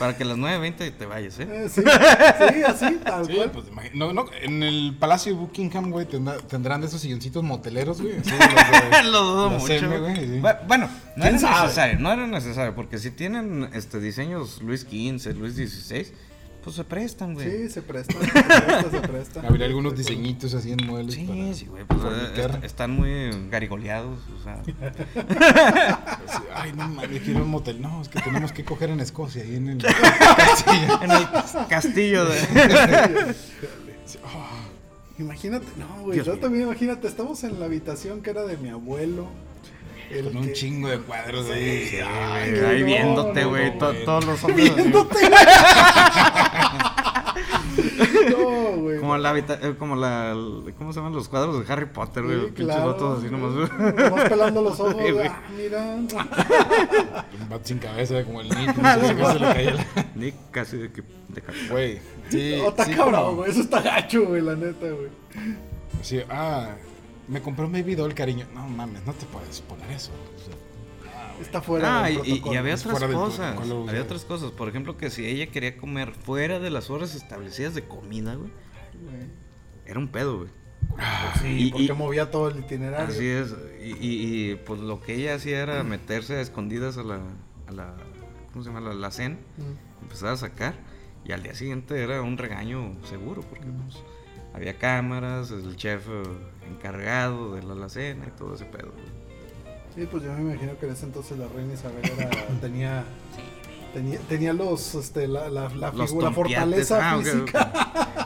S3: para que a las 9.20 te vayas, ¿eh?
S2: Eh, sí, sí, así, tal
S1: Sí,
S2: cual.
S1: pues imagi- no, no, en el Palacio de Buckingham, güey, tendrá- tendrán de esos silloncitos moteleros, güey. así, los de-
S3: Lo dudo
S1: La
S3: mucho.
S1: CM,
S3: güey.
S1: güey, sí.
S3: Bu- Bueno, no
S2: ¿Quién
S3: era
S2: sabe?
S3: necesario, no era necesario, porque si tienen este diseños Luis XV, Luis XVI, pues se prestan, güey.
S2: Sí, se presta, se presta, se presta.
S1: Habría algunos diseñitos así en modelos.
S3: Sí,
S1: para-
S3: sí, güey, pues,
S1: para
S3: eh,
S1: ubicar.
S3: est- están muy garigoleados, o sea.
S1: Así, Ay, no mames, quiero un motel. No, es que tenemos que coger en Escocia, ahí en el. castillo.
S3: En el pues, castillo de.
S2: oh, Imagínate, no, güey,
S3: Dios
S2: yo
S3: mío.
S2: también imagínate, estamos en la habitación que era de mi abuelo. El
S1: Con un
S2: que-
S1: chingo de cuadros ahí. Ay,
S2: güey,
S3: Ahí
S2: no,
S3: viéndote,
S2: no,
S3: güey.
S1: no,
S3: to-
S1: güey.
S3: Todos los hombres. así, güey.
S2: No, güey.
S3: Como la, habita- eh, como la, el- ¿cómo se llaman los cuadros de Harry Potter, güey?
S2: Sí,
S3: Los pinches
S2: claro.
S3: vatos así nomás.
S2: Nomás pelando los ojos,
S3: Sí, güey.
S2: ah, mira.
S1: un vato sin cabeza, como el Nick. No sé si se le caía la.
S3: Ni casi de que de caca.
S1: Güey, sí.
S2: No, Oh, está
S1: sí,
S2: cabrón,
S1: como-
S2: güey, eso está gacho, güey, la neta, güey.
S1: Sí, ah, me compró un baby doll, cariño. No mames, no te puedes poner eso. o sea,
S2: Está fuera
S3: Ah, y- y,
S2: del
S3: y
S2: protocolo.
S3: había otras
S1: fuera del
S3: cosas.
S1: protocolo,
S3: Había
S1: güey.
S3: otras cosas. Por ejemplo, que si ella quería comer fuera de las horas establecidas de comida, güey,
S2: Güey.
S3: era un pedo, güey.
S2: Sí,
S3: y-
S2: porque
S3: y-
S2: movía todo el itinerario.
S3: Así es. Y, y- y, pues lo que ella hacía era meterse a escondidas a la, a la ¿cómo se llama? La, la cena.
S2: Mm.
S3: empezaba a sacar y al día siguiente era un regaño seguro porque pues, había cámaras, el chef eh, encargado de la alacena y todo ese pedo. güey.
S2: Sí, pues yo me imagino que en ese entonces la reina Isabel era, tenía, tenía, tenía los, este, la, la, la figura, la fortaleza
S3: ah, ok,
S2: física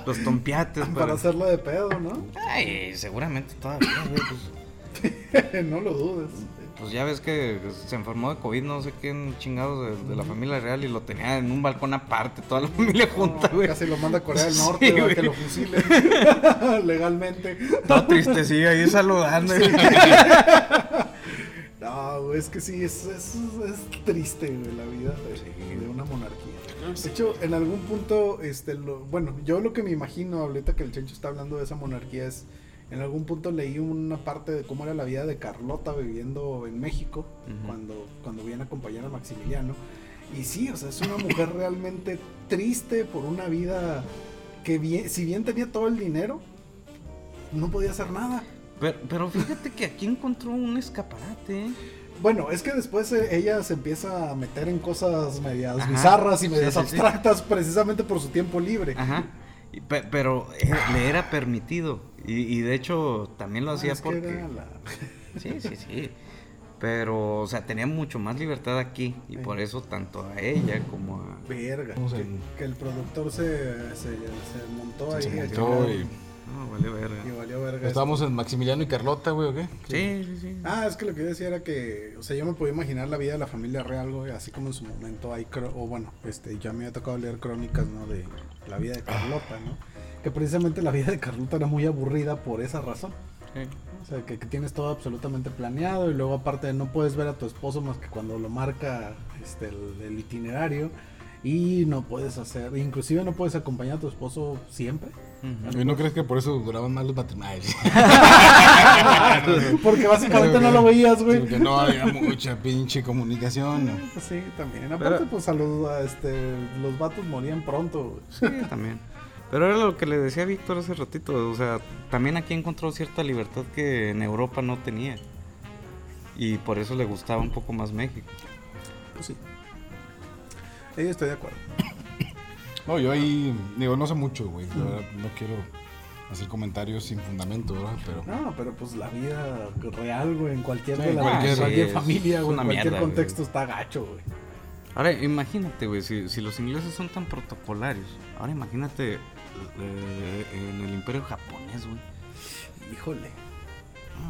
S3: ok. los tompiates
S2: para
S3: para...
S2: hacerlo de pedo, ¿no?
S3: Ay, seguramente todavía, güey, pues,
S2: no lo dudes.
S3: pues ya ves que se enfermó de COVID, no sé quién chingados de, de la familia real y lo tenía en un balcón aparte, toda la familia junta, güey.
S2: Casi lo manda a Corea del
S3: Sí,
S2: Norte güey,
S3: güey.
S2: que lo fusilen legalmente.
S3: Todo tristecillo ahí saludando. güey.
S2: No, güey, es que sí, es, es, es triste, güey, la vida de, de una monarquía. De hecho, en algún punto, este, lo- bueno, yo lo que me imagino ahorita que el Chencho está hablando de esa monarquía es, en algún punto leí una parte de cómo era la vida de Carlota viviendo en México
S3: Ujú.
S2: cuando, cuando viene a acompañar a Maximiliano. Y sí, o sea, es una mujer realmente triste por una vida que bien- si bien tenía todo el dinero, no podía hacer nada.
S3: Pero, pero fíjate que aquí encontró un escaparate. ¿eh?
S2: Bueno, es que después eh, ella se empieza a meter en cosas medias
S3: Ajá.
S2: bizarras y
S3: Sí,
S2: medias
S3: sí, sí.
S2: abstractas precisamente por su tiempo libre.
S3: Ajá. Y pe- pero eh, le era permitido. Y, y de hecho también lo
S2: Ah,
S3: hacía
S2: es que
S3: porque.
S2: era la-
S3: Sí, sí, sí. Pero, o sea, tenía mucho más libertad aquí. Y
S2: Sí.
S3: por eso tanto a ella como a.
S2: Verga.
S1: Vamos a-
S2: Que, que el productor se, se, se montó ahí.
S1: se
S2: a
S1: montó
S2: chingar
S3: No, vale
S2: y
S3: verga.
S2: valió verga.
S1: Estábamos en Maximiliano y Carlota, güey, ¿o qué?
S3: Sí, sí, sí.
S2: Ah, es que lo que yo decía era que, o sea, yo me podía imaginar la vida de la familia real, güey, así como en su momento hay, cro- o bueno, este, yo a mí me ha tocado leer crónicas, ¿no? De la vida de Carlota, ¿no? Que precisamente la vida de Carlota era muy aburrida por esa razón.
S3: Sí.
S2: O sea, que, que tienes todo absolutamente planeado y luego aparte no puedes ver a tu esposo más que cuando lo marca este, el, el itinerario y no puedes hacer, inclusive no puedes acompañar a tu esposo siempre.
S3: Ujú.
S1: ¿Y no crees que por eso duraban más los matrimonios?
S2: Porque básicamente no lo veías, güey.
S1: Porque no había mucha pinche comunicación. ¿no?
S2: Sí, también. Aparte,
S3: Pero-
S2: pues a los, a, este, los vatos morían pronto, güey.
S3: Sí, también. Pero era lo que le decía Víctor hace ratito, o sea, también aquí encontró cierta libertad que en Europa no tenía. Y por eso le gustaba un poco más México.
S2: Pues sí. Eh, estoy de acuerdo.
S1: No, yo ahí, digo, no sé mucho, güey. la verdad, no quiero hacer comentarios sin fundamento, ¿verdad? Pero
S2: No, pero pues la vida real, güey, en cualquier,
S1: Sí,
S2: de la-
S1: cualquier-
S2: en cualquier
S3: sí, es-
S2: familia,
S3: es
S2: güey, en
S3: una
S2: cualquier
S3: mierda,
S2: contexto
S3: güey.
S2: está gacho, güey.
S3: Ahora imagínate, güey, si, si los ingleses son tan protocolarios, ahora imagínate eh, en el imperio japonés, güey.
S2: Híjole.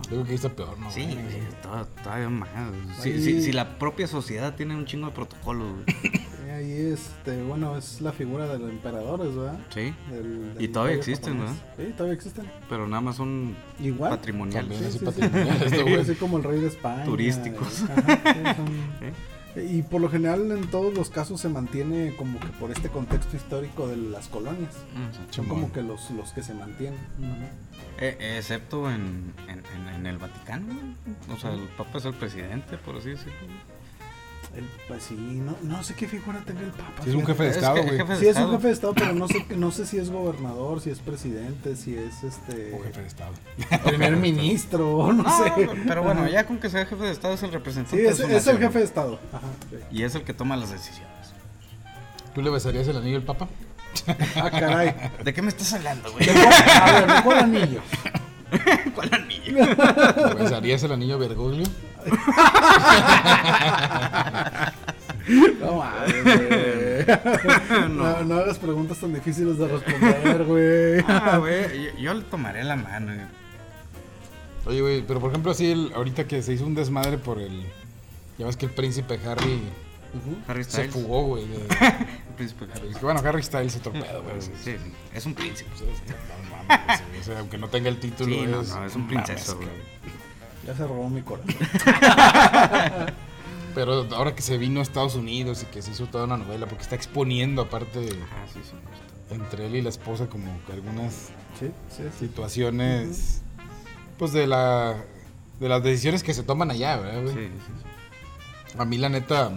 S1: yo creo que ahí está peor, ¿no?
S3: Sí,
S1: güey?
S3: güey, to- todavía más. Si,
S2: Ahí-
S3: si- si la propia sociedad tiene un chingo de protocolos, güey.
S2: Y ahí, este, bueno, es la figura de los emperadores, ¿verdad?
S3: Sí,
S2: Del- del
S3: Y todavía
S2: imperio
S3: existen,
S2: japonés. Sí, todavía existen.
S3: pero nada más son
S2: Igual.
S3: patrimoniales.
S1: También así
S2: Sí, sí, sí.
S1: patrimonial este güey.
S2: Así como el rey de España.
S3: Turísticos.
S2: eh, ajá, sí, son- Y por lo general en todos los casos se mantiene como que por este contexto histórico de las colonias.
S3: Mm, sí.
S2: Son
S1: Chimón.
S2: como que los, los que se mantienen.
S3: Eh, eh, excepto en, en- en- en el Vaticano, güey. O sea, el Papa es el presidente, por así decirlo. güey.
S2: El- pues sí, no, no sé qué figura tenga el Papa.
S1: Sí, es un
S2: fíjate.
S1: jefe de
S3: Es
S1: Estado,
S3: que-
S1: güey.
S3: jefe de
S2: Sí, es un
S3: Estado.
S2: jefe de Estado, pero no sé, no sé si es gobernador, si es presidente, si es este
S1: O jefe de Estado.
S2: primer ministro, no,
S3: No,
S2: sé.
S3: pero bueno,
S2: Ajá.
S3: ya con que sea jefe de Estado es el representante.
S2: Sí,
S3: de
S2: es,
S3: su
S2: es el
S3: nación,
S2: jefe de
S3: güey.
S2: Estado. Ajá, sí.
S3: Y es el que toma las decisiones.
S1: ¿Tú le besarías el anillo al Papa?
S2: Ah, caray.
S3: ¿De qué me estás hablando, güey?
S2: A ver, ¿de ¿cuál anillo?
S3: ¿Cuál anillo?
S1: ¿Le besarías el anillo a Bergoglio?
S2: No mames, güey. No, no hagas preguntas tan difíciles de responder, güey.
S3: Ah, güey, yo, yo le tomaré la mano. eh. güey.
S1: Oye, güey, pero por ejemplo, así, el- ahorita que se hizo un desmadre por el. Ya ves que el príncipe Harry
S3: Harry
S1: se
S3: Styles.
S1: fugó, güey. de-
S3: el príncipe Harry.
S1: de- Bueno, Harry Styles es otro pedo, güey.
S3: Sí,
S1: sí, sí.
S3: sí, es un príncipe.
S1: Pues es- no mames, güey, sí, o sea, aunque no tenga el título.
S3: Sí, no, no, es un
S1: mames,
S3: princeso, güey.
S1: cabrón.
S2: Ya se robó mi corazón.
S1: Pero ahora que se vino a Estados Unidos y que se hizo toda una novela, porque está exponiendo, aparte,
S3: Ah, sí, sí. justo.
S1: entre él y la esposa, como que algunas
S2: Sí, sí, sí.
S1: situaciones. Pues de la. De las decisiones que se toman allá, ¿verdad, güey?
S3: Sí, sí, sí.
S1: A mí, la neta,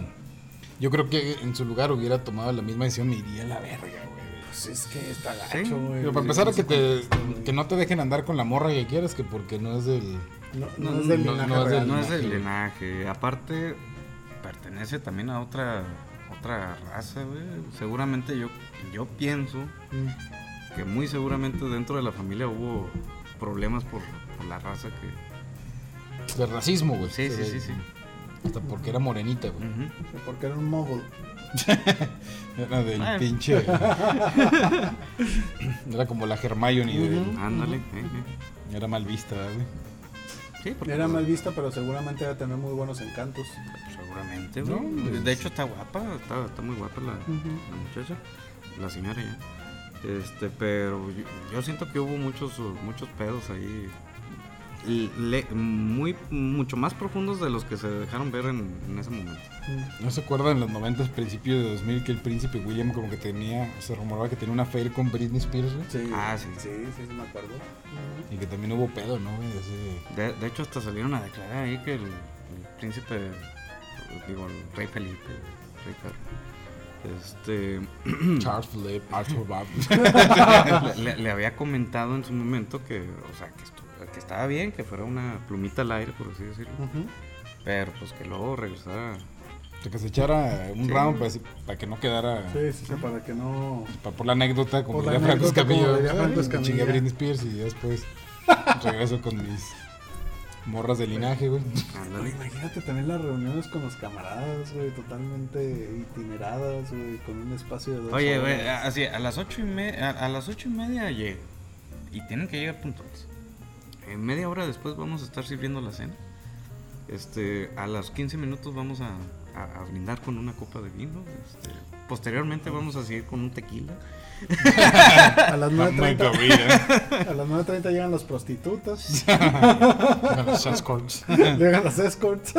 S1: yo creo que en su lugar hubiera tomado la misma decisión, me iría a la verga, güey.
S2: Pues es que está
S3: Sí.
S2: gacho, güey.
S1: Pero para empezar, a que, te,
S2: güey.
S1: que no te dejen andar con la morra que quieras, que porque no es del.
S2: No, no, es del
S1: no,
S2: linaje
S1: no es
S2: real.
S1: del-
S3: No es del
S1: Linaje.
S3: linaje. Aparte, pertenece también a otra otra raza, güey. Seguramente yo, yo pienso
S2: Mm.
S3: que muy seguramente dentro de la familia hubo problemas por, por la raza que...
S1: del racismo, güey.
S3: Sí,
S1: O
S3: sí,
S1: sea,
S3: sí, sí.
S1: Hasta porque era morenita, güey.
S3: Ujú.
S2: Porque era un mogul.
S1: Era del
S3: Ah.
S1: pinche. era como la Hermione, de-
S2: Ujú.
S3: Ándale. eh, eh.
S1: era mal vista, güey.
S3: Sí, porque... pues,
S2: Era mal vista, pero seguramente va a tener muy buenos encantos.
S3: Seguramente,
S1: No,
S3: güey.
S1: pues-
S3: De hecho, está guapa, está, está muy guapa la,
S2: Ujú.
S3: la muchacha, la señora ya. Este, pero yo, yo siento que hubo muchos, muchos pedos ahí. y le- muy, mucho más profundos de los que se dejaron ver en, en ese momento.
S1: ¿No se acuerdan en los 90, principios de 2000, que el príncipe William como que tenía, se rumoraba que tenía una affair con Britney Spears, güey?
S2: Sí.
S3: Ah, sí.
S2: Sí, sí, sí, me acuerdo.
S1: Y que también hubo pedo, ¿no, güey? Así de-
S3: De, de hecho, hasta salieron a declarar ahí que el, el príncipe, digo, el rey Felipe, el rey Carlos, este,
S1: Charles Philip, Arthur Bob.
S3: le, le- le había comentado en su momento que, o sea, que, estu- que estaba bien, que fuera una plumita al aire, por así decirlo.
S2: Ujú.
S3: Pero pues que luego regresara.
S1: que se echara un
S3: Sí.
S1: round para, así- para que no quedara.
S2: Sí, sí, sí, para que no.
S1: pa- por la anécdota, como
S2: Por la
S1: diría Franco
S2: anécdota, como
S1: Escamillo.
S2: diría Franco
S1: "Ay, me
S2: Escamilla".
S1: Chingué a Britney Spears y ya después regreso con mis morras de linaje, güey.
S2: Güey,
S3: Ándale.
S2: Imagínate también las reuniones con los camaradas, güey, totalmente itineradas, güey, con un espacio de dos
S3: Oye, güey,
S2: horas.
S3: a- así, a las ocho y media, a, a las ocho y media llego. Y tienen que llegar puntuales. En media hora después vamos a estar sirviendo la cena. Este, a los 15 minutos vamos a, a- a brindar con una copa de vino. este, posteriormente vamos a seguir con un tequila.
S2: a
S3: ah,
S2: las
S1: My
S2: 9.30
S1: cabrera.
S2: a las 9.30 llegan las prostitutas,
S1: Con los escorts.
S2: llegan las escorts.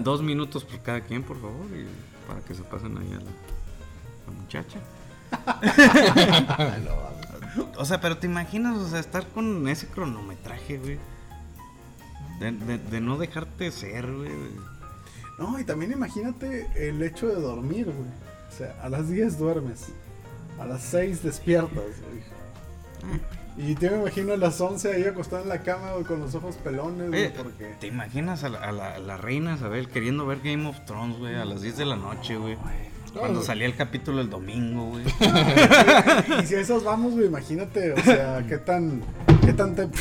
S3: Dos minutos por cada quien, por favor, y para que se pasen ahí a la, la muchacha. o sea, pero te imaginas, o sea, estar con ese cronometraje, güey. De, de- de no dejarte ser, güey.
S2: No, y también imagínate el hecho de dormir, güey. O sea, a las 10 duermes, a las 6 despiertas, güey.
S3: Ah.
S2: Y yo me imagino a las 11 ahí acostado en la cama, güey, con los ojos pelones, güey,
S3: Oye,
S2: porque...
S3: Te imaginas a la, a la- a la reina Isabel queriendo ver Game of Thrones, güey, a las 10 de la noche, güey. Cuando salía el capítulo el domingo, güey.
S2: Y si a esas vamos, güey, imagínate, o sea, qué tan ¿Qué tanta,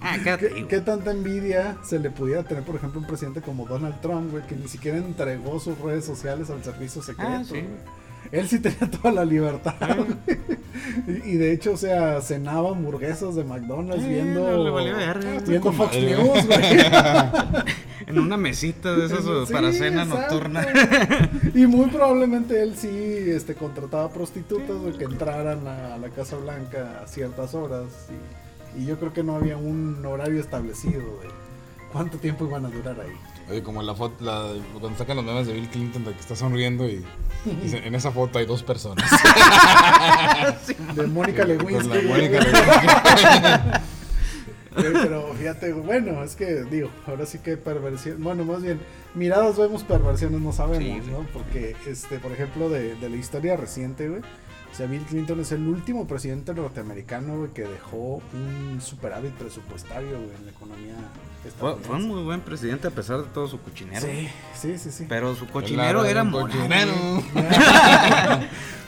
S3: Ah, quédate ahí,
S2: qué,
S3: güey.
S2: qué tanta envidia se le pudiera tener, por ejemplo, a un presidente como Donald Trump, güey, que ni siquiera entregó sus redes sociales al servicio secreto?
S3: Ah, sí. Ah.
S2: güey? Él sí tenía toda la libertad. güey. Y, y de hecho, o sea, cenaba hamburguesas de McDonald's
S3: Eh,
S2: viendo. Ah,
S3: le valía verga.
S2: Viendo
S1: Con
S2: Fox
S1: madre,
S2: News, güey.
S3: En una mesita de esas
S2: Eh, Sí,
S3: para cena
S2: exacto,
S3: nocturna.
S2: güey. Y muy probablemente él sí este, contrataba prostitutas güey, que entraran a la Casa Blanca a ciertas horas. Y, y yo creo que no había un horario establecido de cuánto tiempo iban a durar ahí.
S1: Oye, como la foto, la, cuando sacan los memes de Bill Clinton de que está sonriendo y, y se- en esa foto hay dos personas.
S2: De Mónica
S1: Con
S2: Lewinsky.
S1: Pues la Mónica
S2: güey.
S1: Lewinsky.
S2: Eh, Pero fíjate, bueno, es que digo, ahora sí que perversión, bueno, más bien, miradas vemos, perversiones no sabemos,
S3: Sí,
S2: ¿no? Porque, este, por ejemplo, de, de la historia reciente, güey, o sea, Bill Clinton es el último presidente norteamericano, güey, que dejó un superávit presupuestario, güey, en la economía
S3: Fue, fue un
S2: estadounidense.
S3: muy buen presidente a pesar de todo su cochinero.
S2: Sí, Pues sí, sí, sí.
S3: Pero su cochinero
S1: Él
S3: era
S1: un
S3: moral,
S1: cochinero.
S3: güey.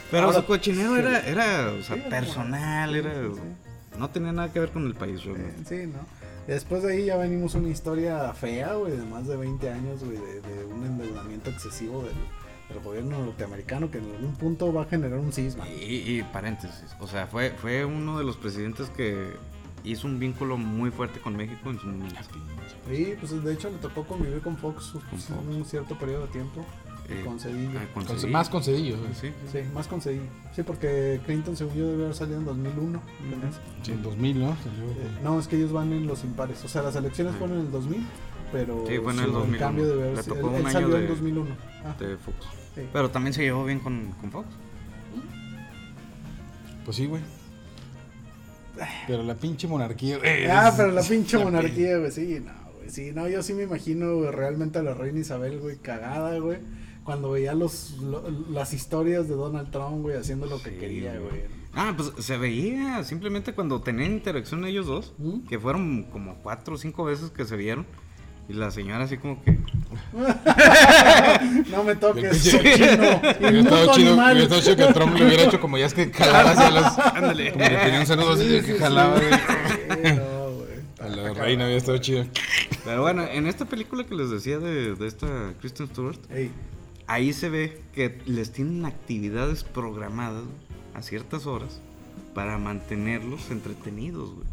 S3: Pero
S2: Ahora-
S3: su cochinero era, era o sea,
S2: Sí, era
S3: personal,
S2: moral.
S3: era.
S2: Sí, sí.
S3: No tenía nada que ver con el país, yo
S2: Eh, sí, ¿no? Y Después de ahí ya venimos una historia fea, güey, de más de 20 años, güey, de, de un endeudamiento excesivo del, del gobierno norteamericano que en algún punto va a generar un sisma.
S3: Y, y paréntesis, o sea, fue, fue uno de los presidentes que hizo un vínculo muy fuerte con México en su momento.
S2: Y pues de hecho le tocó convivir con Fox,
S3: Fox.
S2: un cierto periodo de tiempo. y
S3: Eh,
S2: con Cedillo.
S3: ah, con
S1: Con-
S3: Cedillo.
S1: más con Cedillo. güey.
S3: Sí, sí.
S2: Sí, más con Cedillo. Sí, porque Clinton según yo debe haber salido en 2001. ¿verdad?
S1: Sí, en 2000, ¿no? Salió,
S2: Eh, no, es que ellos van en los impares. O sea, las elecciones
S3: Sí.
S2: fueron en el 2000, pero
S3: Sí, fue en el
S2: su
S3: 2001.
S2: cambio debe haber
S3: Le
S2: sido-
S3: tocó
S2: él-
S3: un
S2: él
S3: año
S2: salió en
S3: de-
S2: 2001. Ah,
S3: de Fox.
S2: sí.
S3: Pero también se llevó bien con, con Fox.
S1: Pues sí, güey. Pero la pinche monarquía. güey,
S2: Ah,
S1: es-
S2: pero la pinche
S1: la
S2: monarquía, güey, sí, no, güey, sí, no, yo sí me imagino güey, realmente a la reina Isabel, güey, cagada, güey, cuando veía los, lo- las historias de Donald Trump, güey, haciendo lo que
S3: Sí,
S2: quería, güey.
S3: Ah, pues se veía simplemente cuando tenían interacción ellos dos,
S2: ¿Mm?
S3: que fueron como cuatro o cinco veces que se vieron. Y la señora así como que...
S2: No me
S1: El
S2: toques,
S1: pinche-
S2: chino,
S1: Hubiera estado
S2: inmundo
S1: chido,
S2: animal.
S1: hubiera estado chido que Trump le hubiera hecho como ya es que jalaba hacia las.
S3: Ándale.
S1: Como que tenía un saludo así
S2: Sí,
S1: que
S2: sí,
S1: jalaba,
S2: sí,
S1: güey.
S2: sí, no, güey.
S1: A la reina había estado chido.
S3: Pero bueno, en esta película que les decía de, de esta Kristen Stewart,
S2: Ey,
S3: ahí se ve que les tienen actividades programadas a ciertas horas para mantenerlos entretenidos, güey.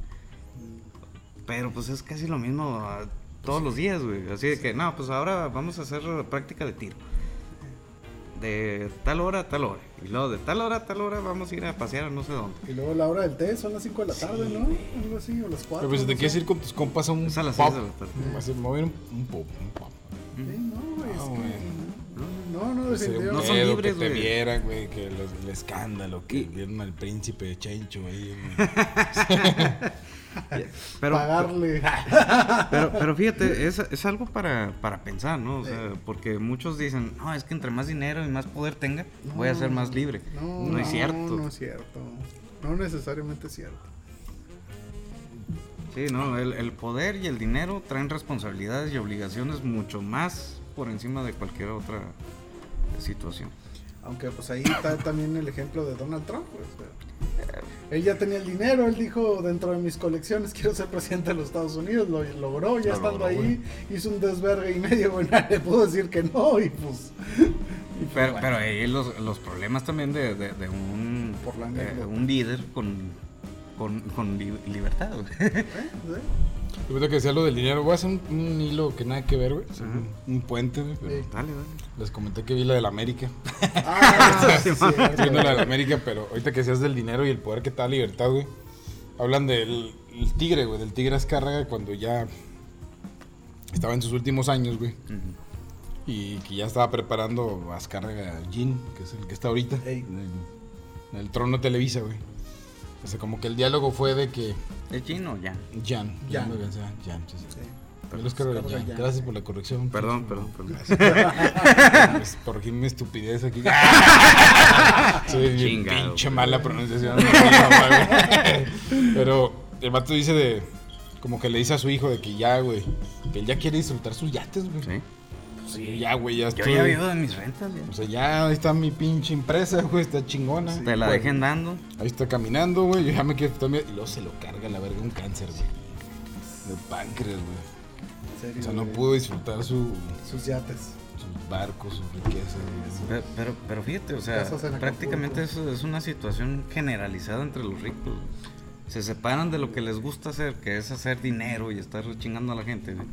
S3: Pero pues es casi lo mismo ah, todos los días, güey. Así de que, no, pues ahora vamos a hacer práctica de tiro. De tal hora a tal hora. Y luego de tal hora a tal hora vamos a ir a pasear a no sé dónde.
S2: y luego la hora del té son las 5 de la tarde, ¿no? Algo así, o las 4.
S1: Pero pues si te quieres ir con tus compas a un
S3: Es a las
S1: pop,
S3: seis de la tarde.
S1: vas a mover un, un pop, un pop.
S2: Sí, no, güey, es
S1: Ah, Pues, eh,
S2: que-
S1: güey.
S2: No, no,
S1: Ese
S3: No
S2: definitivamente.
S3: son
S1: pedo
S3: libres,
S1: que te
S3: güey.
S1: vieran, güey, que los- el escándalo, que vieron al príncipe Chencho ahí. güey.
S3: Pero,
S2: pagarle.
S3: Pero, pero fíjate, es, es algo para, para pensar, ¿no? O sea, porque muchos dicen, no, es que entre más dinero y más poder tenga, voy a ser más libre. No, es cierto.
S2: No es cierto. No necesariamente es cierto.
S3: Sí, no, el, el poder y el dinero traen responsabilidades y obligaciones mucho más por encima de cualquier otra situación.
S2: Aunque pues ahí está también el ejemplo de Donald Trump. pues, eh. él ya tenía el dinero, él dijo dentro de mis colecciones quiero ser presidente de los Estados Unidos, lo logró, ya
S1: Lo
S2: estando
S1: logró,
S2: ahí, hizo un desvergue y medio, güey, nadie le pudo decir que no y pues...
S3: Pero, pero ahí los, los problemas también de, de- de un,
S2: Por la
S3: de
S2: anécdota.
S3: un líder con, con, con li- libertad. güey.
S2: ¿eh?
S1: Y ahorita que decía lo del dinero, voy a hacer un, un hilo que nada que ver, güey.
S3: Ajá.
S1: Un, un puente, güey. pero
S2: Sí.
S3: Dale, dale.
S1: Les comenté que vi la de la América.
S2: ¿sí? Ah, sí,
S3: Simón.
S2: cierto.
S1: Estoy viendo la de la América, pero ahorita que seas del dinero y el poder que te da libertad, güey. Hablan del el tigre, güey, del tigre Azcárraga cuando ya estaba en sus últimos años, güey.
S3: Ujú.
S1: Y que ya estaba preparando a Azcárraga Jin, que es el que está ahorita.
S2: Ey.
S1: En, el, en el trono de Televisa, güey. O sea, como que el diálogo fue de que
S3: ¿Es chino ya?
S1: Jan.
S2: Jan.
S1: Jan. o sea, Jan, sí, sí.
S2: Sí.
S1: Yo los quiero ver,
S2: Azcárraga
S1: Jan.
S2: Jan.
S1: Gracias por la corrección.
S3: Perdón, perdón, perdón.
S1: Pues, corregí mi estupidez aquí. Soy bien
S3: Chingado,
S1: pinche
S3: güey.
S1: mala pronunciación. güey. Pero el vato dice de. Como que le dice a su hijo de que ya, güey. Que él ya quiere disfrutar sus yates, güey.
S3: Sí.
S1: Sí, ya, güey, ya
S3: Yo
S1: estoy.
S3: ya vivo de mis rentas, ya.
S1: O sea, ya ahí está mi pinche empresa, güey, está chingona.
S3: Te la
S1: Güey,
S3: dejen dando.
S1: Ahí está caminando, güey, yo ya me quiero también. Y luego se lo carga la verga un cáncer, güey. De páncreas, güey.
S2: En serio,
S1: O sea, no
S2: güey.
S1: pudo disfrutar su,
S2: Sus yates.
S1: sus barcos, sus riquezas, güey.
S3: Pero, pero, pero fíjate, o sea,
S2: Casas en Acapulco.
S3: prácticamente eso es una situación generalizada entre los ricos. Se separan de lo que les gusta hacer, que es hacer dinero y estar chingando a la gente. güey.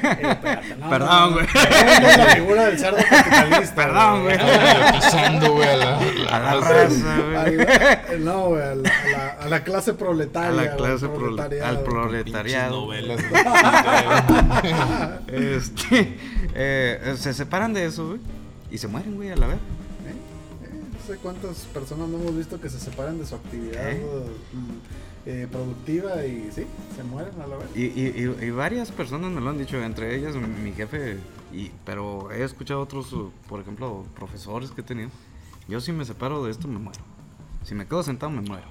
S3: Perdón, güey.
S2: Tenemos la figura del cerdo capitalista.
S3: Perdón, güey.
S1: Ay, Pisando, güey, a la, la
S3: A la
S1: raza.
S3: raza, güey.
S2: Ay, güey, eh, No, güey, a la, a la- a la clase proletaria.
S3: A la
S2: güey,
S3: clase prole- al
S2: proletariado.
S1: Pinches
S3: proletariado.
S1: novelas. güey.
S3: Este, eh, se separan de eso, güey. Y se mueren, güey, a la vez.
S2: ¿Eh? Eh, No sé cuántas personas no hemos visto que se separan de su actividad
S3: ¿Eh?
S2: mm, eh, productiva y sí, se mueren a la vez.
S3: Y, y- y- y varias personas me lo han dicho, entre ellas mi jefe, y, pero he escuchado otros, uh, por ejemplo, profesores que he tenido. Yo si me separo de esto me muero. Si me quedo sentado me muero.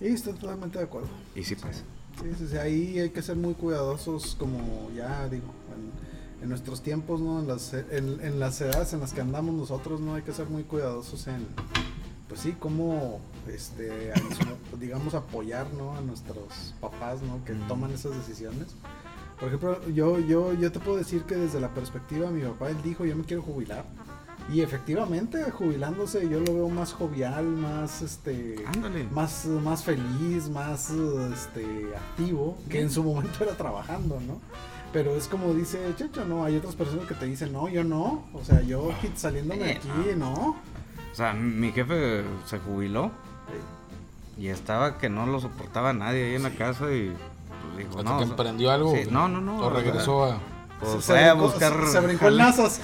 S2: Y estoy totalmente de acuerdo.
S3: Y sí pasa.
S2: Sí, sí, sí, ahí hay que ser muy cuidadosos como ya digo, en, en nuestros tiempos, ¿no? En las, en, en las edades en las que andamos nosotros, ¿no? Hay que ser muy cuidadosos en, pues sí, cómo, este, a nos- digamos, apoyar, ¿no? A nuestros papás, ¿no? Que
S3: Ujú.
S2: toman esas decisiones. Por ejemplo, yo, yo, yo te puedo decir que desde la perspectiva de mi papá, él dijo, yo me quiero jubilar. Y efectivamente, jubilándose, yo lo veo más jovial, más, este
S3: Ándale.
S2: más, más feliz, más este, activo, que en su momento era trabajando, ¿no? Pero es como dice Checho, ¿no? Hay otras personas que te dicen, no, yo no. O sea, yo quit- saliéndome de
S3: Eh,
S2: aquí, no.
S3: O sea, mi jefe se jubiló y estaba que no lo soportaba nadie ahí en la casa y pues, dijo,
S1: Hasta
S3: no,
S1: que
S3: o sea,
S1: emprendió algo.
S3: sí,
S1: güey.
S3: no, no, no,
S1: O
S3: o sea,
S1: regresó a.
S3: pues,
S2: Se-
S3: fue
S2: se
S3: a
S2: brincó-
S3: buscar...
S2: se- Se brincó el
S3: jale.
S2: nazas.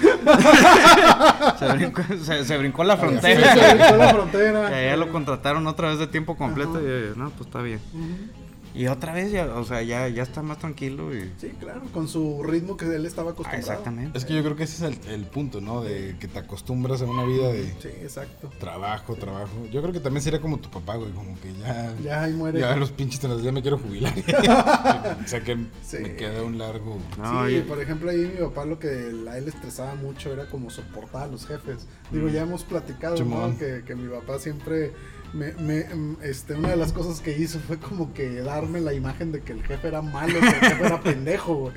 S3: Se brincó, se- se brincó la
S1: Ah, sí,
S2: Se
S1: sí.
S3: frontera.
S2: brincó la frontera.
S3: Ya, ya lo contrataron otra vez de tiempo completo
S2: Ajá.
S3: y eh, no, pues está bien.
S2: Ujú.
S3: Y otra vez, ya, o sea, ya, ya está más tranquilo y...
S2: Sí, claro, con su ritmo que él estaba
S3: Ah,
S2: acostumbrado.
S3: exactamente.
S1: Es que yo creo que ese es el, el punto, ¿no? De que te acostumbras a una vida de
S2: Sí, exacto.
S1: trabajo, trabajo. Yo creo que también sería como tu papá, güey, como que ya.
S2: Ya ahí muere.
S1: Ya los pinches tras ya me quiero jubilar. o sea que
S2: Sí.
S1: me queda un largo.
S3: No,
S2: sí,
S3: yo-
S2: por ejemplo, ahí mi papá lo que a él le estresaba mucho era como soportar a los jefes.
S3: Mm.
S2: Digo, ya hemos platicado,
S1: Simón.
S2: ¿no? Que, que mi papá siempre, me, me- mm, este, una de las cosas que hizo fue como que darme la imagen de que el jefe era malo, que el jefe era pendejo, güey.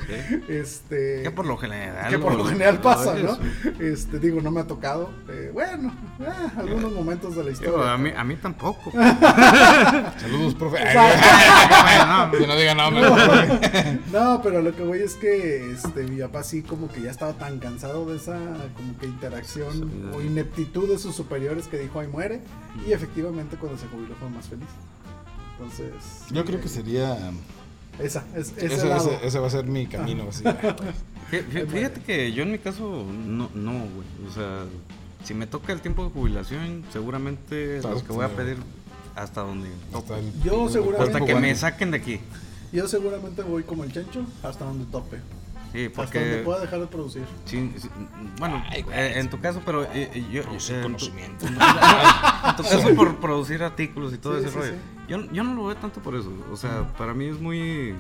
S2: Este...
S3: que por lo general.
S2: que por lo
S3: güey,
S2: general pasa,
S3: es-
S2: ¿no? Este, digo, no me ha tocado. eh, bueno, ah, algunos momentos de la
S3: Digo,
S2: historia.
S3: a, mí, a mí tampoco.
S1: Saludos, profe.
S3: Ay,
S1: que
S3: no,
S1: no diga nombre.
S2: No, pero lo que voy es que este, mi papá sí como que ya estaba tan cansado de esa como que interacción
S3: Sí.
S2: o ineptitud de sus superiores que dijo, ay, muere. Y efectivamente cuando se jubiló fue más feliz. Entonces...
S1: Yo creo que
S2: sí.
S1: sería.
S2: Esa, es, ese
S1: Ese,
S2: lado.
S1: ese- ese va a ser mi camino. así.
S3: Fí- fí- Fíjate que yo en mi caso, no, no, güey. O sea, si me toca el tiempo de jubilación, seguramente
S1: Claro,
S3: lo que voy a
S1: sí.
S3: pedir hasta donde.
S1: Hasta el-
S2: Yo
S1: el
S2: seguramente-
S1: cuerpo
S3: Hasta que
S1: humano.
S3: me saquen de aquí.
S2: Yo seguramente voy como el chancho hasta donde tope.
S3: Sí,
S2: Hasta donde
S3: porque.
S2: pueda dejar de producir.
S3: sí, sí, bueno, eh, en tu caso, pero eh, eh, yo.
S1: Producir
S3: eh, en tu-
S1: conocimiento.
S3: En tu caso por producir artículos y todo
S2: Sí,
S3: ese
S2: sí, Mm.
S3: rollo.
S2: sí.
S3: Yo, yo no lo veo tanto por eso. O sea, para mí es muy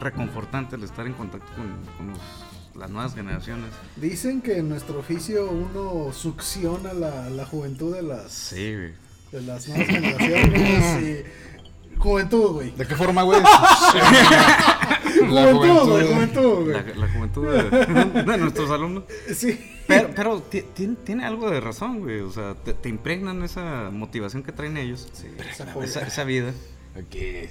S3: reconfortante el estar en contacto con, con los- las nuevas generaciones.
S2: Dicen que en nuestro oficio uno succiona la, la juventud de las,
S3: Sí, güey.
S2: de las nuevas generaciones. y- Juventud, güey.
S1: ¿De qué forma, güey? La
S2: Juventud, güey,
S1: güey.
S2: juventud,
S3: La,
S2: güey.
S3: la juventud de, de nuestros alumnos.
S2: Sí.
S3: Pero, pero ti- tiene, tiene algo de razón, güey. O sea, te, te impregnan esa motivación que traen ellos.
S2: esa
S3: Esa,
S2: joya.
S3: esa vida.
S1: Ok.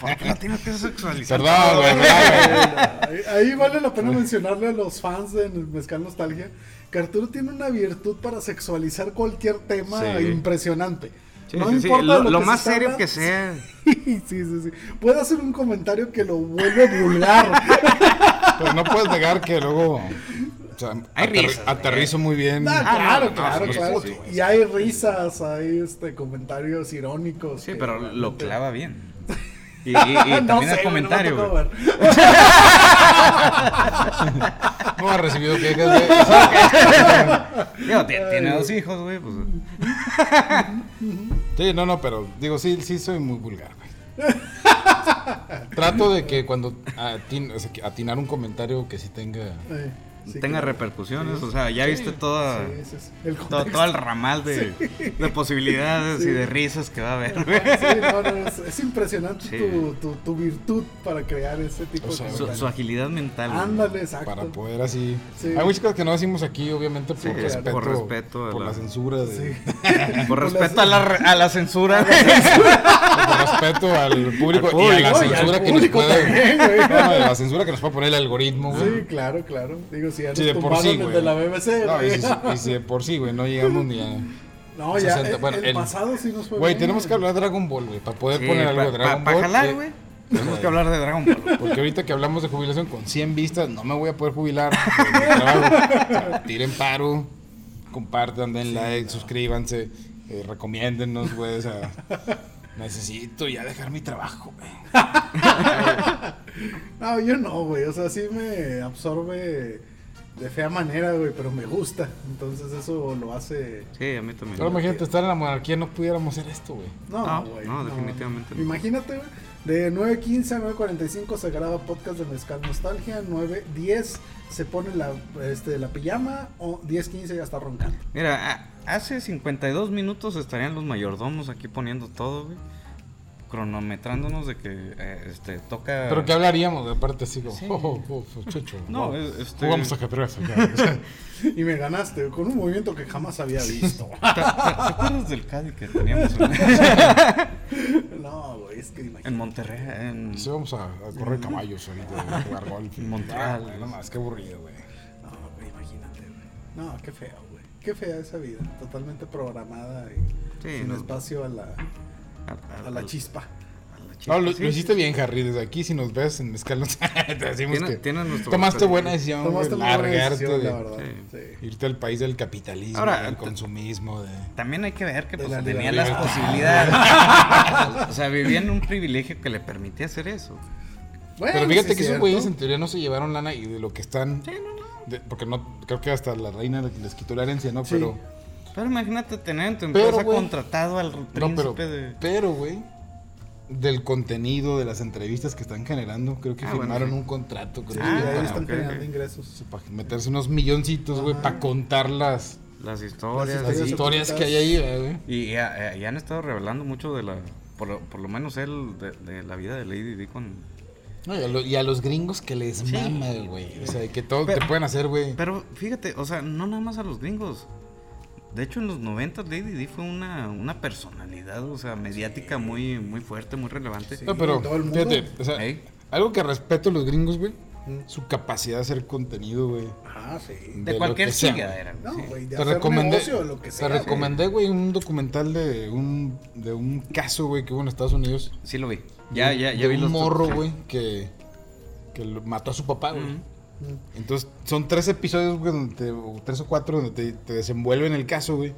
S3: ¿Por qué la tienes que sexualizar?
S1: Perdón, güey. perdón, güey.
S2: Ahí- Ahí vale la pena mencionarle a los fans de Mezcal Nostalgia que Arturo tiene una virtud para sexualizar cualquier tema
S3: Sí.
S2: impresionante.
S3: Sí,
S2: no
S3: sí, sí.
S2: importa
S3: Lo,
S2: lo,
S3: lo
S2: que
S3: más
S2: se está
S3: serio
S2: hablando.
S3: que sea.
S2: Sí, sí, sí. Puede hacer un comentario que lo vuelve
S3: Ah,
S2: vulgar.
S1: Pero Pues no puedes negar que luego. o sea,
S3: Hay
S1: aterri-
S3: risas, güey.
S1: aterrizo muy bien.
S2: Ah,
S3: no,
S2: claro,
S3: no,
S2: claro,
S3: sí,
S2: claro.
S3: sí, sí,
S2: y hay risas, hay este comentarios irónicos.
S3: Sí,
S2: que
S3: pero lo
S2: realmente-
S3: clava bien. Y, y- y también el
S2: No sé, güey, no me
S3: comentario.
S2: tocó
S3: güey.
S2: ver.
S1: No ha recibido quejas, güey.
S3: Digo, ti- tiene dos hijos, güey. Pues,
S1: Sí, no, no, pero digo, sí, sí soy muy vulgar, güey. Trato de que cuando atin- o sea, que atinar un comentario que sí tenga.
S2: Eh, sí,
S3: tenga
S2: claro.
S3: repercusiones, o sea, ya
S1: Sí.
S3: viste toda,
S2: Sí, ese es el
S3: todo,
S2: contexto.
S3: todo el ramal de, de posibilidades
S2: Sí.
S3: y de risas que va a haber. güey.
S2: Sí, no, no, es, es impresionante
S3: Sí.
S2: tu, tu, tu virtud para crear ese tipo
S1: O sea,
S2: de
S1: su-
S3: Su,
S2: contenido.
S3: su agilidad mental. güey.
S2: Ándale, exacto.
S1: Para poder así.
S2: Sí.
S1: Hay muchas cosas que no decimos aquí, obviamente, por
S3: Sí, claro.
S1: respeto.
S3: por respeto a
S1: por
S3: la-
S1: la censura. De,
S2: Sí.
S3: Por
S2: Por las-
S3: respeto a la, re- a la censura.
S1: Por respeto al público,
S3: Al
S1: y a la
S3: público,
S2: y al
S1: censura que nos
S2: público
S1: puede.
S2: también, güey.
S1: No, de la censura que nos puede poner el algoritmo, güey.
S2: Sí, claro, claro. Digo, si ya nos
S1: Sí, de por
S2: tumbaron
S1: sí,
S2: el
S1: güey.
S2: de la BBC.
S1: No, y
S2: güey.
S1: si, y si de por sí, güey, no llegamos ni a.
S2: No, ya,
S1: 60,
S2: el,
S1: bueno,
S2: el
S1: el-
S2: pasado Pues sí nos fue
S1: Güey,
S2: bien,
S1: tenemos que hablar de Dragon Ball, güey, para poder poner algo de Dragon
S3: Para
S1: Ball.
S3: jalar,
S1: eh,
S3: güey. Tenemos que hablar de Dragon Ball. güey.
S1: Porque ahorita que hablamos de jubilación con 100 vistas, no me voy a poder jubilar. de mi trabajo. O sea, Tiren paro, compartan, den like, suscríbanse, eh, recomiéndennos, güey. O sea, necesito ya dejar mi trabajo, güey.
S2: No, yo no, güey. O sea, sí me absorbe de fea manera, güey, pero me gusta. Entonces eso lo hace...
S3: Sí, a mí también.
S1: Ahora imagínate estar en la monarquía, no pudiéramos hacer esto, güey.
S2: No,
S3: No,
S2: güey.
S3: no, definitivamente no.
S2: Imagínate, güey. De 9.15 a 9.45 se graba podcast de Mezcal Nostalgia. 9.10 se pone la, este, la pijama. O 10.15 ya está roncando.
S3: Mira, a- hace 52 minutos estarían los mayordomos aquí poniendo todo, güey. Cronometrándonos de que eh, este, toca.
S1: Pero ¿qué hablaríamos? De parte así como,
S3: Sí.
S1: oh, oh, oh, chucho,
S3: No,
S1: wow.
S3: es- este-
S1: jugamos a G3. acá.
S2: Y me ganaste güey, con un movimiento que jamás había visto.
S3: ¿Te, te- te acuerdas del Cádiz que teníamos en,
S2: no, güey, es que
S3: en
S2: imagínate.
S3: Monterrey? En,
S1: Sí, vamos a, a correr caballos ahorita, güey, jugar golf.
S3: En Montreal,
S1: Ah,
S3: güey.
S1: No más, qué aburrido, güey.
S2: No, güey, imagínate, güey. No, qué feo, güey. Qué fea esa vida. Totalmente programada y
S3: Sí,
S2: sin
S3: no.
S2: espacio a la,
S3: a- a-
S2: a la chispa.
S3: a la chispa,
S1: No, lo,
S3: sí,
S1: lo
S3: sí,
S1: hiciste bien, Harry. Desde aquí, si nos ves en Mezcal, nos- te decimos
S3: Tiene-
S1: que
S3: tiene nuestro
S1: tomaste
S3: respeto.
S1: buena decisión, güey,
S2: Tomaste muy buena
S1: largarte
S2: decisión, la
S1: de
S2: verdad.
S3: Sí.
S2: sí.
S1: irte al país del capitalismo,
S3: Ahora,
S1: del
S3: te- Eh,
S1: consumismo, de...
S3: También hay que ver que
S2: De
S3: pues,
S2: la
S3: tenía las
S1: libertad.
S3: posibilidades. o sea, vivía en un privilegio que le permitía hacer eso.
S2: Bueno,
S1: Pero fíjate
S2: sí
S1: que esos
S2: pues cierto.
S1: güeyes en teoría no se llevaron lana y de lo que están... de- porque no, creo que hasta la reina les les quitó la herencia, ¿no?
S2: Sí.
S1: Pero,
S3: Pero imagínate tener en tu
S1: Pero,
S3: empresa
S1: güey.
S3: contratado al príncipe
S1: no, pero,
S3: de.
S1: pero, güey, del contenido, de las entrevistas que están generando, creo que
S3: Ah, bueno,
S1: firmaron
S3: sí.
S1: un contrato, creo
S2: Sí,
S1: que
S3: Ah,
S2: ahí
S1: para-
S2: están
S3: ok,
S2: generando
S3: ok.
S2: ingresos.
S1: para meterse unos milloncitos, güey,
S2: Ajá.
S1: para contar las,
S3: Las historias.
S1: las
S2: Historias
S3: y-
S1: historias que hay ahí, güey.
S3: Y, ya- ya han estado revelando mucho de la. Por, lo- por lo menos él, de, de la vida de Lady Di con.
S1: No, y, a lo- y a los gringos que les mama, güey. O sea, que todo
S3: Pero-
S1: te pueden hacer, güey.
S3: Pero fíjate, o sea, no nada más a los gringos. De hecho, en los 90 Lady Di fue una, una personalidad, o sea, mediática muy, muy fuerte, muy relevante.
S2: Sí.
S1: No, pero,
S2: todo el mundo.
S1: fíjate, o sea,
S3: Ey.
S1: algo que respeto a los gringos, güey,
S2: Mm.
S1: su capacidad de hacer contenido, güey.
S2: Ah, sí.
S1: De
S3: De,
S1: lo
S3: cualquier
S1: que sea,
S3: chingadera.
S2: No,
S3: sí.
S2: güey, de
S1: Te
S2: hacer
S1: recomendé,
S2: negocio, lo que sea.
S1: te
S2: güey.
S1: recomendé, güey, un documental de un, de un caso, güey, que hubo en Estados Unidos.
S3: Sí lo vi.
S1: De
S3: Ya,
S1: un-
S3: ya, ya
S1: de
S3: vi
S1: un
S3: los-
S1: morro,
S3: sí.
S1: güey, que, que lo- mató a su papá, güey.
S3: Ujú.
S1: Entonces, son tres episodios, güey, donde te- o tres o cuatro, donde te, te desenvuelven el caso, güey.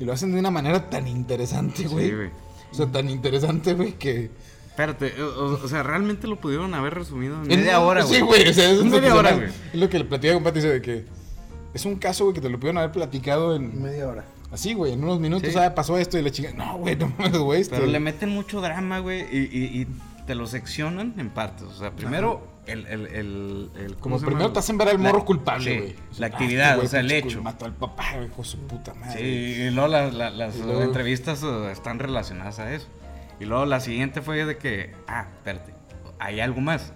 S1: Y lo hacen de una manera tan interesante, güey.
S3: Sí, güey.
S1: o sea, tan interesante, güey, que...
S3: Espérate, o, o- o sea, realmente lo pudieron haber resumido en
S1: Es-
S3: media hora, güey.
S1: Sí, güey, o sea, es,
S3: En
S1: un
S3: media hora, güey.
S1: Es lo que le platicaba con Pati, dice de que... Es un caso, güey, que te lo pudieron haber platicado en...
S2: Media hora.
S1: Así, güey, en unos minutos,
S3: Sí.
S1: ah, pasó esto y la chica... No, güey, no mames, güey. esto-
S3: Pero le meten mucho drama, güey, y, y- y te lo seccionan en partes. O sea, primero el... el, el, el-
S1: Como
S3: ¿cómo se
S1: primero
S3: llama?
S1: te hacen ver al
S3: La-
S1: morro
S3: sí,
S1: culpable, güey.
S3: la
S1: Ah,
S3: actividad,
S1: este güey,
S3: o sea, el
S1: pinche
S3: hecho.
S1: Mató al papá, güey, hijo de su puta madre.
S3: Sí, y luego la- la- las
S1: Y luego-
S3: entrevistas eh, están relacionadas a eso. Y luego la siguiente fue de que, ah, espérate, hay algo más.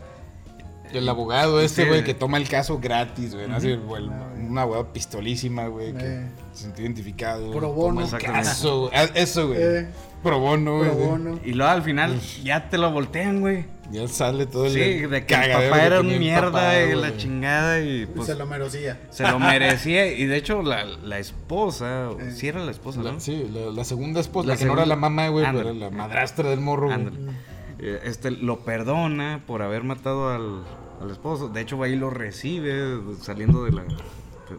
S1: Y El abogado este,
S3: Sí.
S1: güey, que toma el caso gratis, güey. ¿no? Así, güey, el-
S2: Ah, güey.
S1: un abogado pistolísima, güey, que
S2: Eh.
S1: se sintió identificado.
S2: Pro
S1: toma
S2: bono.
S1: el
S3: Exactamente.
S1: caso, güey. Ah, Eso, güey.
S2: Eh.
S1: Pro bono, güey.
S2: Pero bueno.
S3: Y luego al final ya te lo voltean, güey.
S1: Ya sale todo el.
S3: Sí, de que el
S1: cagadero
S3: papá era
S1: tenía
S3: un
S1: el
S3: mierda
S1: papá,
S3: y la
S1: güey.
S3: chingada y
S2: y
S3: pues
S2: se lo merecía.
S3: se lo merecía. Y de hecho la, la esposa, o-
S2: Eh.
S3: sí era la esposa,
S1: La-
S3: ¿no?
S1: sí, la, la segunda esposa, la,
S3: La
S1: que no era la
S3: segunda-
S1: mamá, güey, pero era
S3: Ándale.
S1: la madrastra del morro, güey.
S3: Ándale. Eh, Este, lo perdona por haber matado al, al esposo. De hecho, va y lo recibe saliendo de la, de,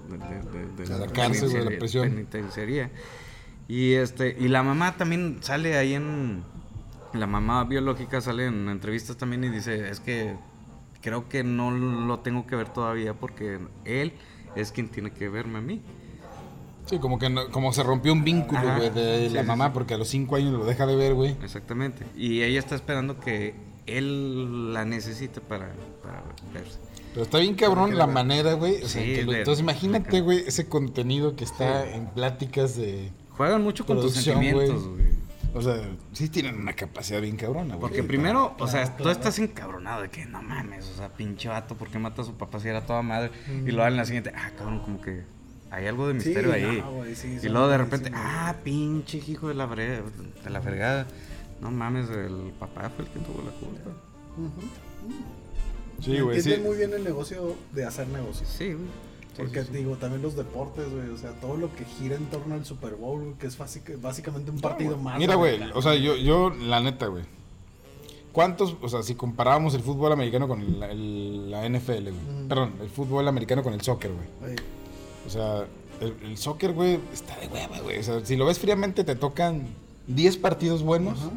S3: de- de- de-
S1: De la cárcel, güey, de la prisión.
S3: penitenciaría. Y, este, y la mamá también sale ahí en... La mamá biológica sale en entrevistas también y dice, es que creo que no lo tengo que ver todavía porque él es quien tiene que verme a mí.
S1: Sí, como que no- como se rompió un vínculo,
S3: Ajá.
S1: güey, de
S3: Sí,
S1: la
S3: sí,
S1: mamá,
S3: sí.
S1: porque a los cinco años lo deja de ver, güey.
S3: Exactamente. Y ella está esperando que él la necesita para, para verse.
S1: Pero está bien cabrón la manera, güey. O sea,
S3: Sí,
S1: que lo-
S3: de-
S1: entonces imagínate,
S3: acá.
S1: güey, ese contenido que está en pláticas de...
S3: Juegan mucho con tus
S1: Producción, güey.
S3: sentimientos, güey.
S1: O sea, sí tienen una capacidad bien cabrona, güey.
S3: Porque
S1: Ahorita.
S3: primero, o sea,
S2: claro,
S3: tú
S2: claro.
S3: estás encabronado de que no mames, o sea, pinche vato, ¿por qué mata a su papá si era toda madre? Y luego en la siguiente, ah, cabrón, como que hay algo de
S2: Sí,
S3: misterio ahí.
S2: no, güey, sí,
S3: y
S2: son
S3: luego de
S2: buenísimos,
S3: repente, ah, pinche hijo de la, bre- de la fregada. No mames, el papá fue el que tuvo la culpa.
S2: Ujú.
S1: Sí, güey, sí.
S2: Entienden muy bien el negocio de hacer negocios.
S3: Sí, güey. Sí,
S2: Porque
S3: sí, sí.
S2: digo, también los deportes, güey, o sea, todo lo que gira en torno al Super Bowl, güey, que es básica- básicamente un partido más.
S1: Mira, güey, o sea, yo, yo, la neta, güey. ¿Cuántos, o sea, si comparábamos el fútbol americano con el- el- la NFL, güey?
S2: Ujú.
S1: Perdón, el fútbol americano con el soccer, güey.
S2: Güey,
S1: O sea, el, el soccer, güey, está de hueva, güey. O sea, si lo ves fríamente, te tocan 10 partidos buenos
S2: ajá,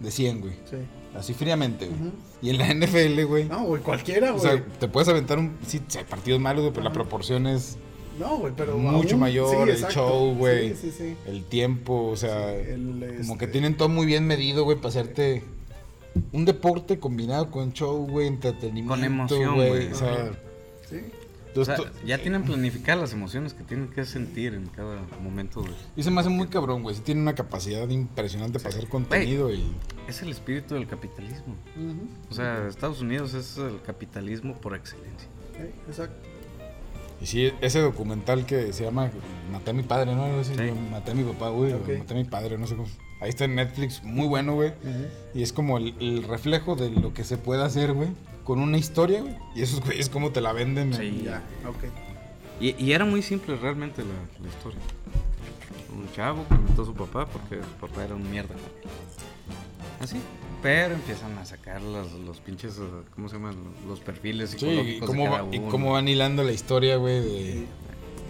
S1: de 100, güey.
S2: sí.
S1: Así fríamente, güey.
S2: Ujú.
S1: Y en la NFL, güey.
S2: No, güey, cualquiera,
S1: o
S2: güey.
S1: sea, te puedes aventar un. Sí, sí, hay partidos malos, güey, pero la proporción es
S2: no, güey, pero.
S1: mucho
S2: aún- sí,
S1: mayor. el
S2: exacto.
S1: show, güey.
S2: Sí, sí, sí.
S1: El tiempo, o sea.
S2: El,
S1: Como que
S2: este,
S1: tienen todo muy bien medido, güey, para hacerte un deporte combinado con show, güey, entretenimiento.
S3: Con emoción, güey.
S1: O sea,
S2: Ajá. Sí.
S3: O
S1: entonces
S3: sea,
S1: tú-
S3: ya tienen planificadas las emociones que tienen que sentir en cada momento. güey.
S1: y se me hace muy cabrón, güey. Sí tiene una capacidad impresionante para hacer contenido y...
S3: Es el espíritu del capitalismo.
S2: Ujú,
S3: O sea, Estados Unidos es el capitalismo por excelencia.
S2: sí, exacto.
S1: Y sí, ese documental que se llama Maté a mi padre, ¿no? Algo así,
S3: Sí.
S1: Maté a mi papá, güey. o
S2: Ok.
S1: Maté a mi padre, no sé cómo. Ahí está en Netflix, muy bueno, güey. Y es como el, el reflejo de lo que se puede hacer, güey, con una historia, güey. Y esos güeyes cómo te la venden. en-
S3: Sí.
S2: Ya, ok.
S3: Y, y era muy simple realmente la, la historia. Un chavo que mató a su papá porque su papá era un mierda. Así. Pero empiezan a sacar las- los pinches, eh, ¿cómo se llaman? Los perfiles
S1: Sí, y
S3: psicológicos
S1: cómo,
S3: de
S1: va-
S3: cada
S1: y
S3: uno.
S1: cómo van hilando la historia, güey, de...
S2: Sí.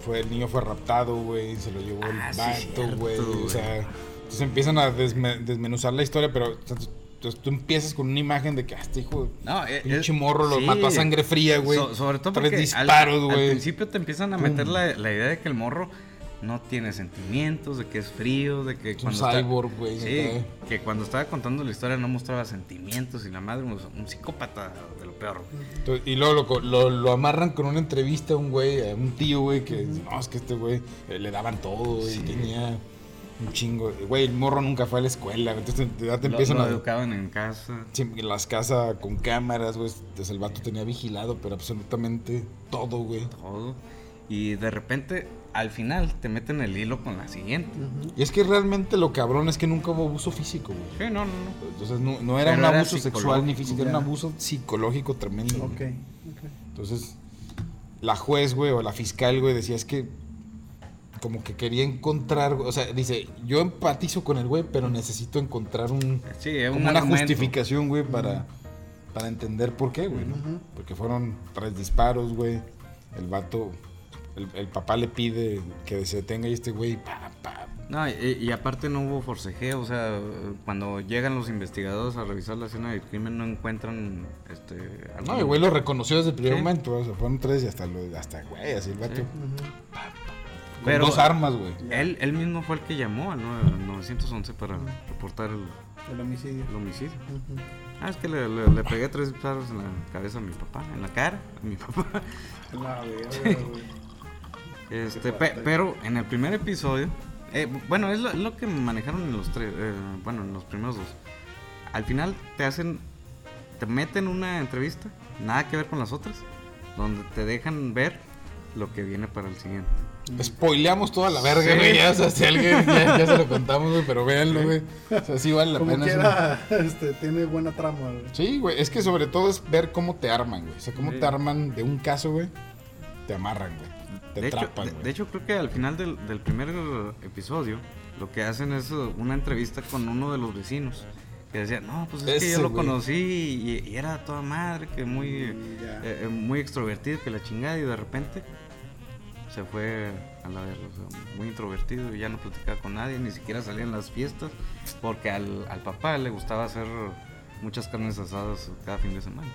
S1: Fue, el niño fue raptado, güey, se lo llevó
S3: Ah,
S1: el
S3: sí,
S1: vato,
S3: cierto,
S1: güey. o
S3: güey.
S1: sea, entonces empiezan a desme- desmenuzar la historia, pero o sea, tú- entonces tú empiezas con una imagen de que ah, este hijo,
S3: No, eh,
S1: pinche
S3: eh,
S1: morro, lo
S3: sí.
S1: mató a sangre fría, güey.
S3: So- sobre todo porque
S1: Tres
S3: al-
S1: disparos,
S3: al,
S1: güey.
S3: principio te empiezan a meter la, la idea de que el morro no tiene sentimientos, de que es frío, de que
S1: Es un
S3: está-
S1: cyborg, güey,
S3: Sí,
S1: acá.
S3: que cuando estaba contando la historia no mostraba sentimientos y la madre, un un psicópata de lo peor. güey.
S1: Entonces, y luego lo, co- lo- lo amarran con una entrevista a un güey, a un tío, güey, que no, es que este güey eh, le daban todo, güey, tenía un chingo. Güey, el morro nunca fue a la escuela, güey, entonces te- ya te
S3: Lo,
S1: empiezan
S3: lo
S1: a.
S3: educaban en casa.
S1: Siempre en las casas con cámaras, güey. Entonces el vato tenía vigilado, pero absolutamente todo, güey.
S3: todo. Y de repente, al final, te meten el hilo con la siguiente.
S1: Y es que realmente lo cabrón es que nunca hubo abuso físico, güey.
S3: Sí, no, no, no.
S1: Entonces no, no era
S3: Pero
S1: un
S3: era
S1: abuso sexual ni físico, era un
S2: ya.
S1: abuso psicológico tremendo. güey.
S2: Ok. ok.
S1: Entonces, la juez, güey, o la fiscal, güey, decía es que como que quería encontrar, güey, o sea, dice, yo empatizo con el güey, pero necesito encontrar un,
S3: Sí, es
S1: como
S3: un
S1: una
S3: argumento.
S1: justificación, güey, para, para entender por qué, güey, ¿no? Porque fueron tres disparos, güey. El vato, el, el papá le pide que se detenga y este güey, pa, pa.
S3: No, y, y aparte no hubo forcejeo, o sea, cuando llegan los investigadores a revisar la escena del crimen no encuentran este algo-
S1: No, el güey lo reconoció desde el primer
S3: Sí.
S1: momento, o sea, fueron tres y hasta, lo, hasta güey, así el vato.
S3: Sí.
S2: Ujú.
S1: Con
S3: Pero-
S1: dos armas, güey.
S3: Él, él mismo fue el que llamó al nueve- al 911 para reportar el,
S2: El homicidio.
S3: el homicidio.
S2: Ujú.
S3: Ah, es que le, le- le pegué tres disparos en la cabeza a mi papá, en la cara a mi papá.
S2: La verga, güey.
S3: Este, pe- pero en el primer episodio, eh, bueno, es lo, es lo que manejaron en los tres, eh, bueno, en los primeros dos. Al final te hacen, te meten una entrevista, nada que ver con las otras, donde te dejan ver lo que viene para el siguiente.
S1: Spoileamos toda la verga,
S3: Sí.
S1: güey. Ya, o sea, si alguien, ya, ya se lo contamos, güey, pero véanlo, güey. O sea, sí vale la
S2: Como
S1: pena. es un-
S2: quiera, este, tiene buena trama, güey.
S1: Sí, güey, es que sobre todo es ver cómo te arman, güey. O sea, cómo te arman de un caso, güey. Te amarran, güey. Te
S3: de, hecho,
S1: atrapan,
S3: de-
S1: güey.
S3: de hecho, creo que al final del, del primer episodio, lo que hacen es eh, una entrevista con uno de los vecinos. Que decía, no, pues es que
S1: Ese
S3: yo lo
S1: güey.
S3: conocí y, y era toda madre, que muy,
S2: Mm, ya.
S3: eh, eh, muy extrovertido, que la chingada, y de repente se fue a la verga, o sea, muy introvertido y ya no platicaba con nadie, ni siquiera salía en las fiestas, porque al, al papá le gustaba hacer muchas carnes asadas cada fin de semana.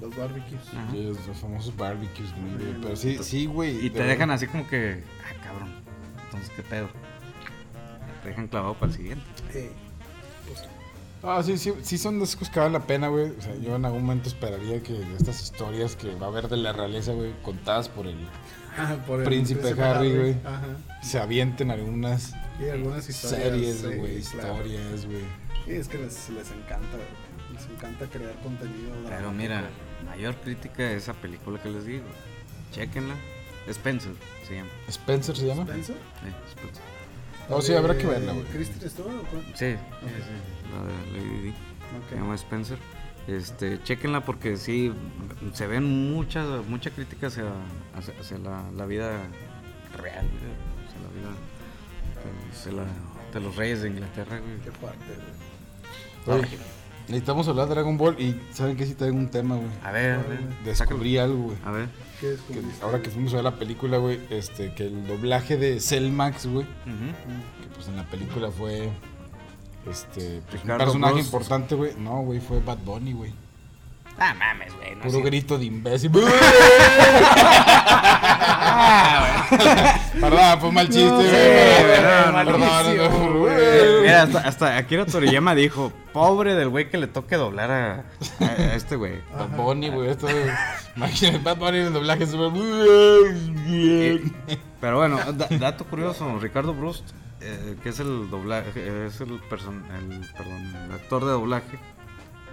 S2: Los barbecues.
S3: Ajá.
S1: Sí, es los famosos barbecues, güey, güey. Pero sí, sí, güey.
S3: Y te dejan así como que, ah, cabrón, entonces qué pedo. Te dejan clavado para el siguiente.
S2: Eh, pues,
S1: Ah, sí, sí, sí son de esos que vale la pena, güey. O sea, yo en algún momento esperaría que estas historias que va a haber de la realeza, güey, contadas por el
S2: Ah, por el
S1: Príncipe Harry, güey.
S2: Ajá.
S1: se avienten algunas
S2: Y algunas historias.
S1: series,
S2: sí,
S1: güey,
S2: claro.
S1: historias, güey.
S2: Sí, es que les, les encanta, güey. Les encanta crear contenido.
S3: Pero
S2: dramático.
S3: mira, mayor crítica de esa película que les digo. Chequenla. Spencer se llama.
S1: ¿Spencer se llama?
S2: ¿Spencer?
S3: Eh, Spencer.
S1: No, Oh, sí, habrá que verla, güey.
S2: ¿Christy Stewart Eh, o cuál?
S3: Sí, sí, sí, la de Lady Di. Se
S2: Ok.
S3: llama Spencer. Este, chequenla porque sí, se ven muchas mucha crítica hacia, hacia- hacia la, la vida real, güey, hacia la vida hacia la- de los reyes de Inglaterra, güey.
S2: Qué fuerte,
S3: Ah,
S2: güey.
S1: Oye, necesitamos hablar de Dragon Ball y saben que sí traigo un tema, güey.
S3: A ver, Ah, a ver, Ah.
S1: Descubrí algo, güey.
S3: a ver.
S2: ¿Qué
S1: Que
S2: descubriste?
S1: ahora que fuimos a ver la película, güey, este, que el doblaje de Cell Max, güey,
S3: Ujú.
S1: que pues en la película fue este pues, un
S3: Ricardo
S1: personaje
S3: Brost.
S1: importante, güey. No, güey, fue Bad Bunny, güey.
S3: Ah, mames, güey. No
S1: Puro
S3: sé.
S1: grito de imbécil.
S3: Ah,
S1: Perdón, fue mal chiste, güey.
S3: güey,
S1: Perdón,
S2: malísimo,
S1: no, no,
S2: güey.
S1: güey.
S3: Eh, Mira, hasta, hasta Akira Toriyama dijo, pobre del güey que le toque doblar a, a- a este güey.
S1: Bad Bunny, güey, esto. Imagínate, Bad Bunny en el doblaje súper. Bien.
S3: Pero bueno, da- dato curioso, Ricardo Brust, eh, que es el doblaje, es el, person- el- perdón, el actor de doblaje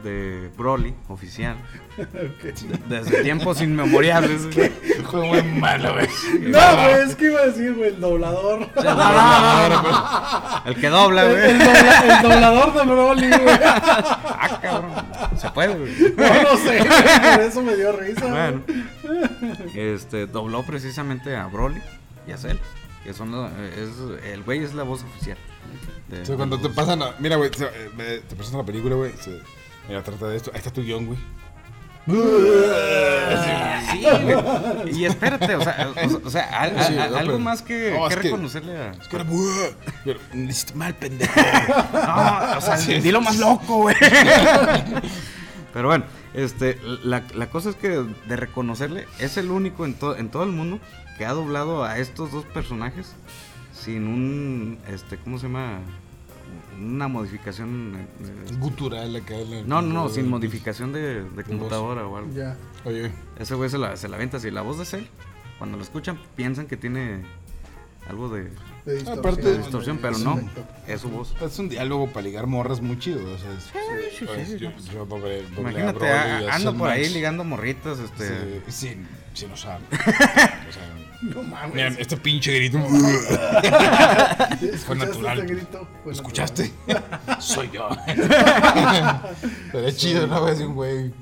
S3: de Broly, oficial,
S2: Ok.
S3: desde tiempos inmemoriales. güey.
S1: Fue muy malo, güey.
S2: No, güey, es que iba a decir, güey, el doblador.
S3: No, no, no, no, no. El que dobla,
S2: El,
S3: güey.
S2: dobla- el doblador de Broly, güey.
S3: Ah, cabrón. Se puede, güey.
S2: No lo sé, güey, por eso me dio risa. güey.
S3: Bueno, este, dobló precisamente a Broly y a Cell, que son, la- es, el güey es la voz oficial. de-
S1: O sea, cuando
S3: de
S1: te
S3: los-
S1: pasan. a- Mira, güey, se- eh, me- te pasan la película, güey. se- Mira, trata de esto. Ahí está tu guión, güey.
S3: Sí, güey. Y espérate, o sea, o- o- o sea, al-
S1: Sí,
S3: al-
S1: no,
S3: algo
S1: pero-
S3: más que,
S1: no,
S3: que
S1: es que-
S3: reconocerle a.
S1: Es que era. Pero, Necesito mal, pendejo.
S3: No, o sea,
S1: Sí,
S3: dilo
S1: sí,
S3: más
S1: sí.
S3: loco, güey. Pero bueno, este, la, la cosa es que de reconocerle, es el único en, to- en todo el mundo que ha doblado a estos dos personajes sin un, este, ¿cómo se llama? Una modificación. eh,
S1: Gutural acá. la-
S3: no, no, no, sin modificación de, de computadora o algo.
S2: Ya.
S1: Oye,
S3: Ese güey se la, se la venta así. La voz de Cell, cuando lo escuchan, piensan que tiene algo de
S2: de distorsión.
S1: Aparte-
S2: de
S3: distorsión, pero
S1: es
S3: no.
S1: un-
S3: Es su voz.
S1: es un diálogo para ligar morras muy chido. O sea, es- es- yo, yo doblé- doblé a
S3: Imagínate,
S1: Broly
S3: a-
S1: y a
S3: ando
S1: Cell
S3: por ahí
S1: Max.
S3: ligando morritas, este.
S1: Sí, sí, sí lo sabe. O sea,
S2: No mames.
S1: Mira, este pinche grito.
S2: ¿Escuchaste
S1: Fue natural.
S2: este grito? Fue
S1: ¿Escuchaste? Soy yo. Pero es chido, ¿no? Ves un güey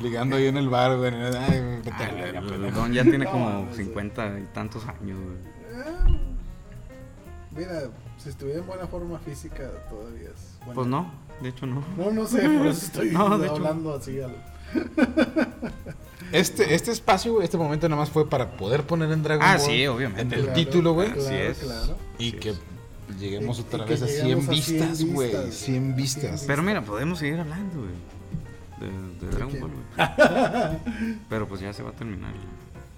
S1: ligando ahí en el bar, güey. Ay,
S3: ah,
S1: vete a la verga,
S3: El
S1: pendejo.
S3: don pues, ya tiene
S2: No,
S3: como
S2: sí.
S3: 50 y tantos años, güey.
S2: natural. Eh, Mira, si estuviera en buena forma física todavía es bueno.
S3: Pues no, de hecho no.
S2: No, no sé, por eso estoy
S3: No, de hecho.
S2: hablando así al...
S1: Este, este espacio, güey, este momento nada más fue para poder poner en Dragon
S3: Ah,
S1: Ball.
S3: sí, obviamente.
S1: En el
S2: Claro, Ah,
S1: título, güey.
S2: claro,
S3: Así es.
S2: claro.
S1: Y que lleguemos
S2: Y- y
S1: otra
S2: que
S1: vez a 100
S2: llegamos a 100
S1: vistas, güey.
S2: vistas.
S1: 100 vistas.
S3: Pero mira, podemos seguir hablando, güey. De, de Dragon
S2: quién?
S3: Ball, güey. Pero pues ya se va a terminar. güey.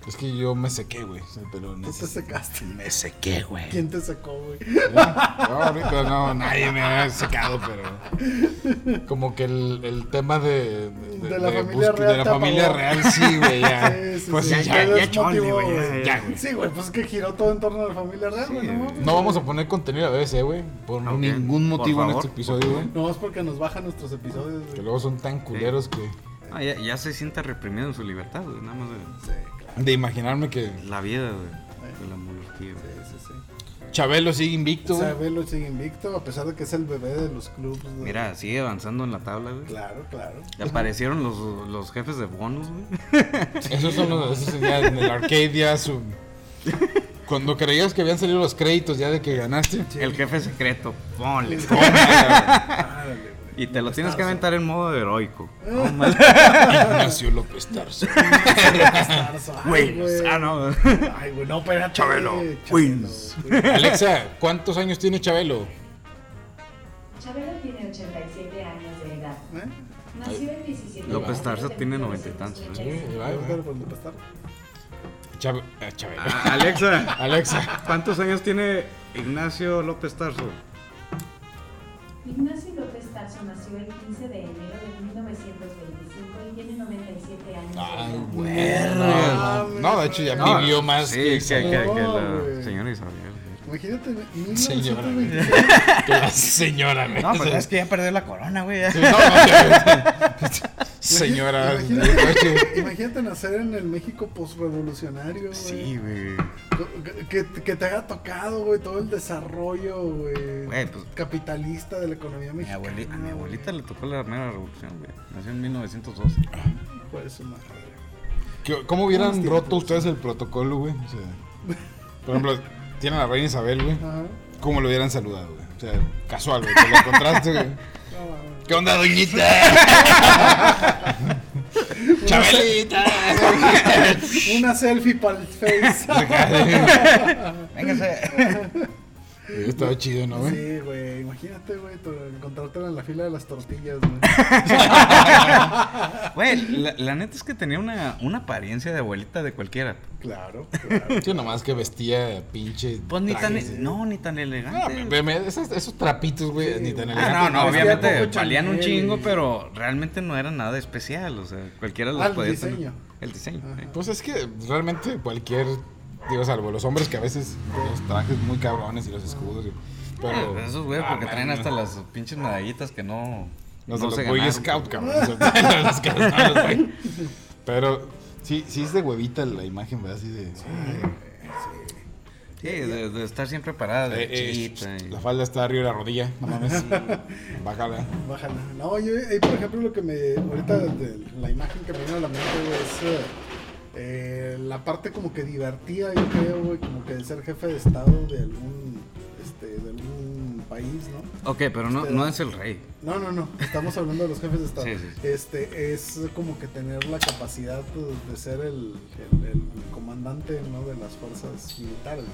S1: Es que yo me sequé, güey. Pero
S2: Tú te
S1: neces-
S2: secaste.
S1: me sequé, güey.
S2: ¿Quién te sacó, güey?
S1: No, ahorita no, nadie me ha secado, pero. Como que el, el tema de.
S2: De la familia
S1: bus-
S2: real
S1: de la
S2: te
S1: familia
S2: apagó.
S1: real, sí, güey, ya.
S2: Sí, sí,
S1: pues
S2: sí,
S1: sí, ya,
S2: te
S1: ya.
S2: desmotivó,
S3: chole, güey, ya,
S1: ya, güey.
S2: Sí, güey, pues es que giró todo en torno a la familia real, güey. no, mames.
S1: No vamos a poner contenido a veces, güey. Por
S3: Ok.
S1: ningún
S3: Por
S1: motivo en
S3: favor.
S1: este episodio, güey.
S2: No, es porque nos bajan nuestros episodios,
S1: Que
S2: güey.
S1: luego son tan culeros que.
S3: Ah, ya, ya se siente reprimido en su libertad, güey. Nada más de
S2: Sí, claro.
S1: De imaginarme que
S3: la vida, güey. De la monarquía, güey.
S2: Sí, sí, sí.
S1: Chabelo sigue invicto, güey.
S2: Sabelo sigue invicto, a pesar de que es el bebé de los clubes. güey.
S3: Mira, sigue avanzando en la tabla, güey.
S2: Claro, claro.
S3: Ya Aparecieron los, los jefes de bonus, güey.
S1: Esos son los. Esos ya en el Arcadia, su. Cuando creías que habían salido los créditos ya de que ganaste.
S3: El jefe secreto, ponle.
S2: Árale, güey.
S3: Y te lo tienes que aventar en modo heroico. No mames.
S1: Ignacio López Tarso.
S2: Tarso, ay,
S3: Wins. Ah, no.
S2: Ay, güey, no, espérate.
S3: Chabelo, wins.
S2: güey.
S1: Alexa, ¿cuántos años tiene Chabelo?
S4: Chabelo tiene 87 años de edad.
S2: ¿Eh?
S4: Nació el 17 de
S3: López Tarso
S4: agosto de
S3: tiene noventa y tantos, ¿eh?
S4: 1986.
S1: Sí, va,
S2: Ahí
S1: va.
S2: está, pues, López Tarso.
S1: Chab- eh, Chabelo.
S3: A- Alexa,
S1: Alexa.
S3: ¿cuántos años tiene Ignacio López Tarso?
S4: Ignacio López Tarso nació nació el 15 de enero de 1925 y tiene 97 años.
S1: Ay,
S4: de edad.
S1: güey.
S2: Verga.
S1: No, no, de hecho ya
S3: No,
S1: vivió más
S3: Sí,
S1: que,
S3: que, que, que
S2: No,
S3: la
S2: güey.
S3: señora Isabel. güey.
S2: Imagínate, güey,
S1: Señora.
S2: 1926.
S1: que la señora. güey.
S3: No,
S1: O
S3: pues
S1: sea,
S3: es que ya perdió la corona, güey. ya.
S1: sí, no, no, sí, señora.
S2: Imagínate, imagínate nacer en el México postrevolucionario, güey.
S3: Sí, güey.
S2: Que, que te haya tocado, güey, todo el desarrollo, güey.
S3: Güey, pues-
S2: capitalista de la economía
S3: Mi
S2: mexicana.
S3: abueli- a mi abuelita le
S2: güey.
S3: tocó la mera revolución, güey. Nació en 1912.
S2: Hijo de su madre.
S1: ¿Qué- ¿Cómo hubieran
S2: Unos
S1: roto
S2: tiempos.
S1: ustedes el protocolo, güey? O sea, por ejemplo, tienen a la reina Isabel, güey.
S2: Ajá.
S1: ¿Cómo lo hubieran saludado, güey? O sea, casual, güey. Te lo encontraste, güey.
S2: No, mames.
S1: ¿Qué onda, doñita? Chabelita.
S2: Una selfie para el Face.
S3: Véngase.
S1: Estaba chido, ¿no, güey?
S2: Sí, güey, imagínate, güey, to- encontrártela en la fila de las tortillas, güey.
S3: Güey, la, la neta es que tenía una, una apariencia de abuelita de cualquiera.
S2: Claro, claro.
S1: Yo nomás que vestía pinche.
S3: Pues ni tan.
S1: trajes, güey.
S3: No, ni tan
S1: Ah,
S3: elegante.
S1: ve- ve- esos, esos trapitos, güey,
S2: Sí,
S1: ni tan
S2: güey.
S1: elegantes.
S3: Ah, no, no,
S2: Vestía
S3: obviamente
S2: poco
S3: valían un
S2: Chanel.
S3: chingo, pero realmente no era nada especial, o sea, cualquiera los
S2: Ah, el
S3: podía
S2: diseño.
S3: El diseño.
S2: Ajá.
S3: eh.
S1: Pues es que realmente cualquier, digo, salvo los hombres que a veces los trajes muy cabrones y los escudos. y- pero
S3: Ah, Esos güey,
S1: Ah,
S3: porque
S1: man,
S3: traen
S1: no.
S3: hasta las pinches medallitas que no
S1: Los de
S3: se
S1: los Boy
S3: ganaron.
S1: Scout, cabrón. O sea, traen los calzones, güey. Pero sí, sí es de huevita la imagen, ¿verdad? Así de.
S3: Sí, de, de estar siempre parada, de
S1: Eh, eh,
S3: chita. y-
S1: la falda está arriba de la rodilla, no mames. Bájala.
S2: Bájala. No, yo, eh, por ejemplo, lo que me. Ahorita de la imagen que me viene a la mente, güey, es. eh, eh, la parte como que divertida, yo creo, güey, como que de ser jefe de estado de algún. Este, de algún país, ¿no?
S3: Ok, pero no, no es el rey.
S2: No, no, no. Estamos hablando de los jefes de Estado.
S3: Sí, sí, sí.
S2: Este es como que tener la capacidad pues, de ser el, el- el comandante ¿no? de las fuerzas militares.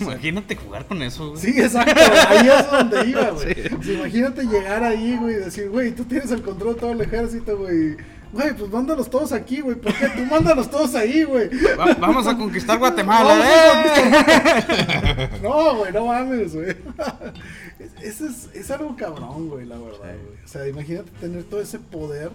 S2: ¿no?
S3: Imagínate jugar con eso, güey.
S2: Sí, exacto. Ahí es donde iba, güey. Sí, imagínate llegar ahí, güey, y decir, güey, tú tienes el control de todo el ejército, güey. Güey, pues mándalos todos aquí, güey. ¿Por qué? Tú mándalos todos ahí, güey.
S3: Va- vamos a conquistar
S2: Vamos a
S3: Guatemala, ¿eh?
S2: No, güey, no mames, güey. Es- Eso es, es algo cabrón, güey, la verdad,
S3: Sí.
S2: güey. O sea, imagínate tener todo ese poder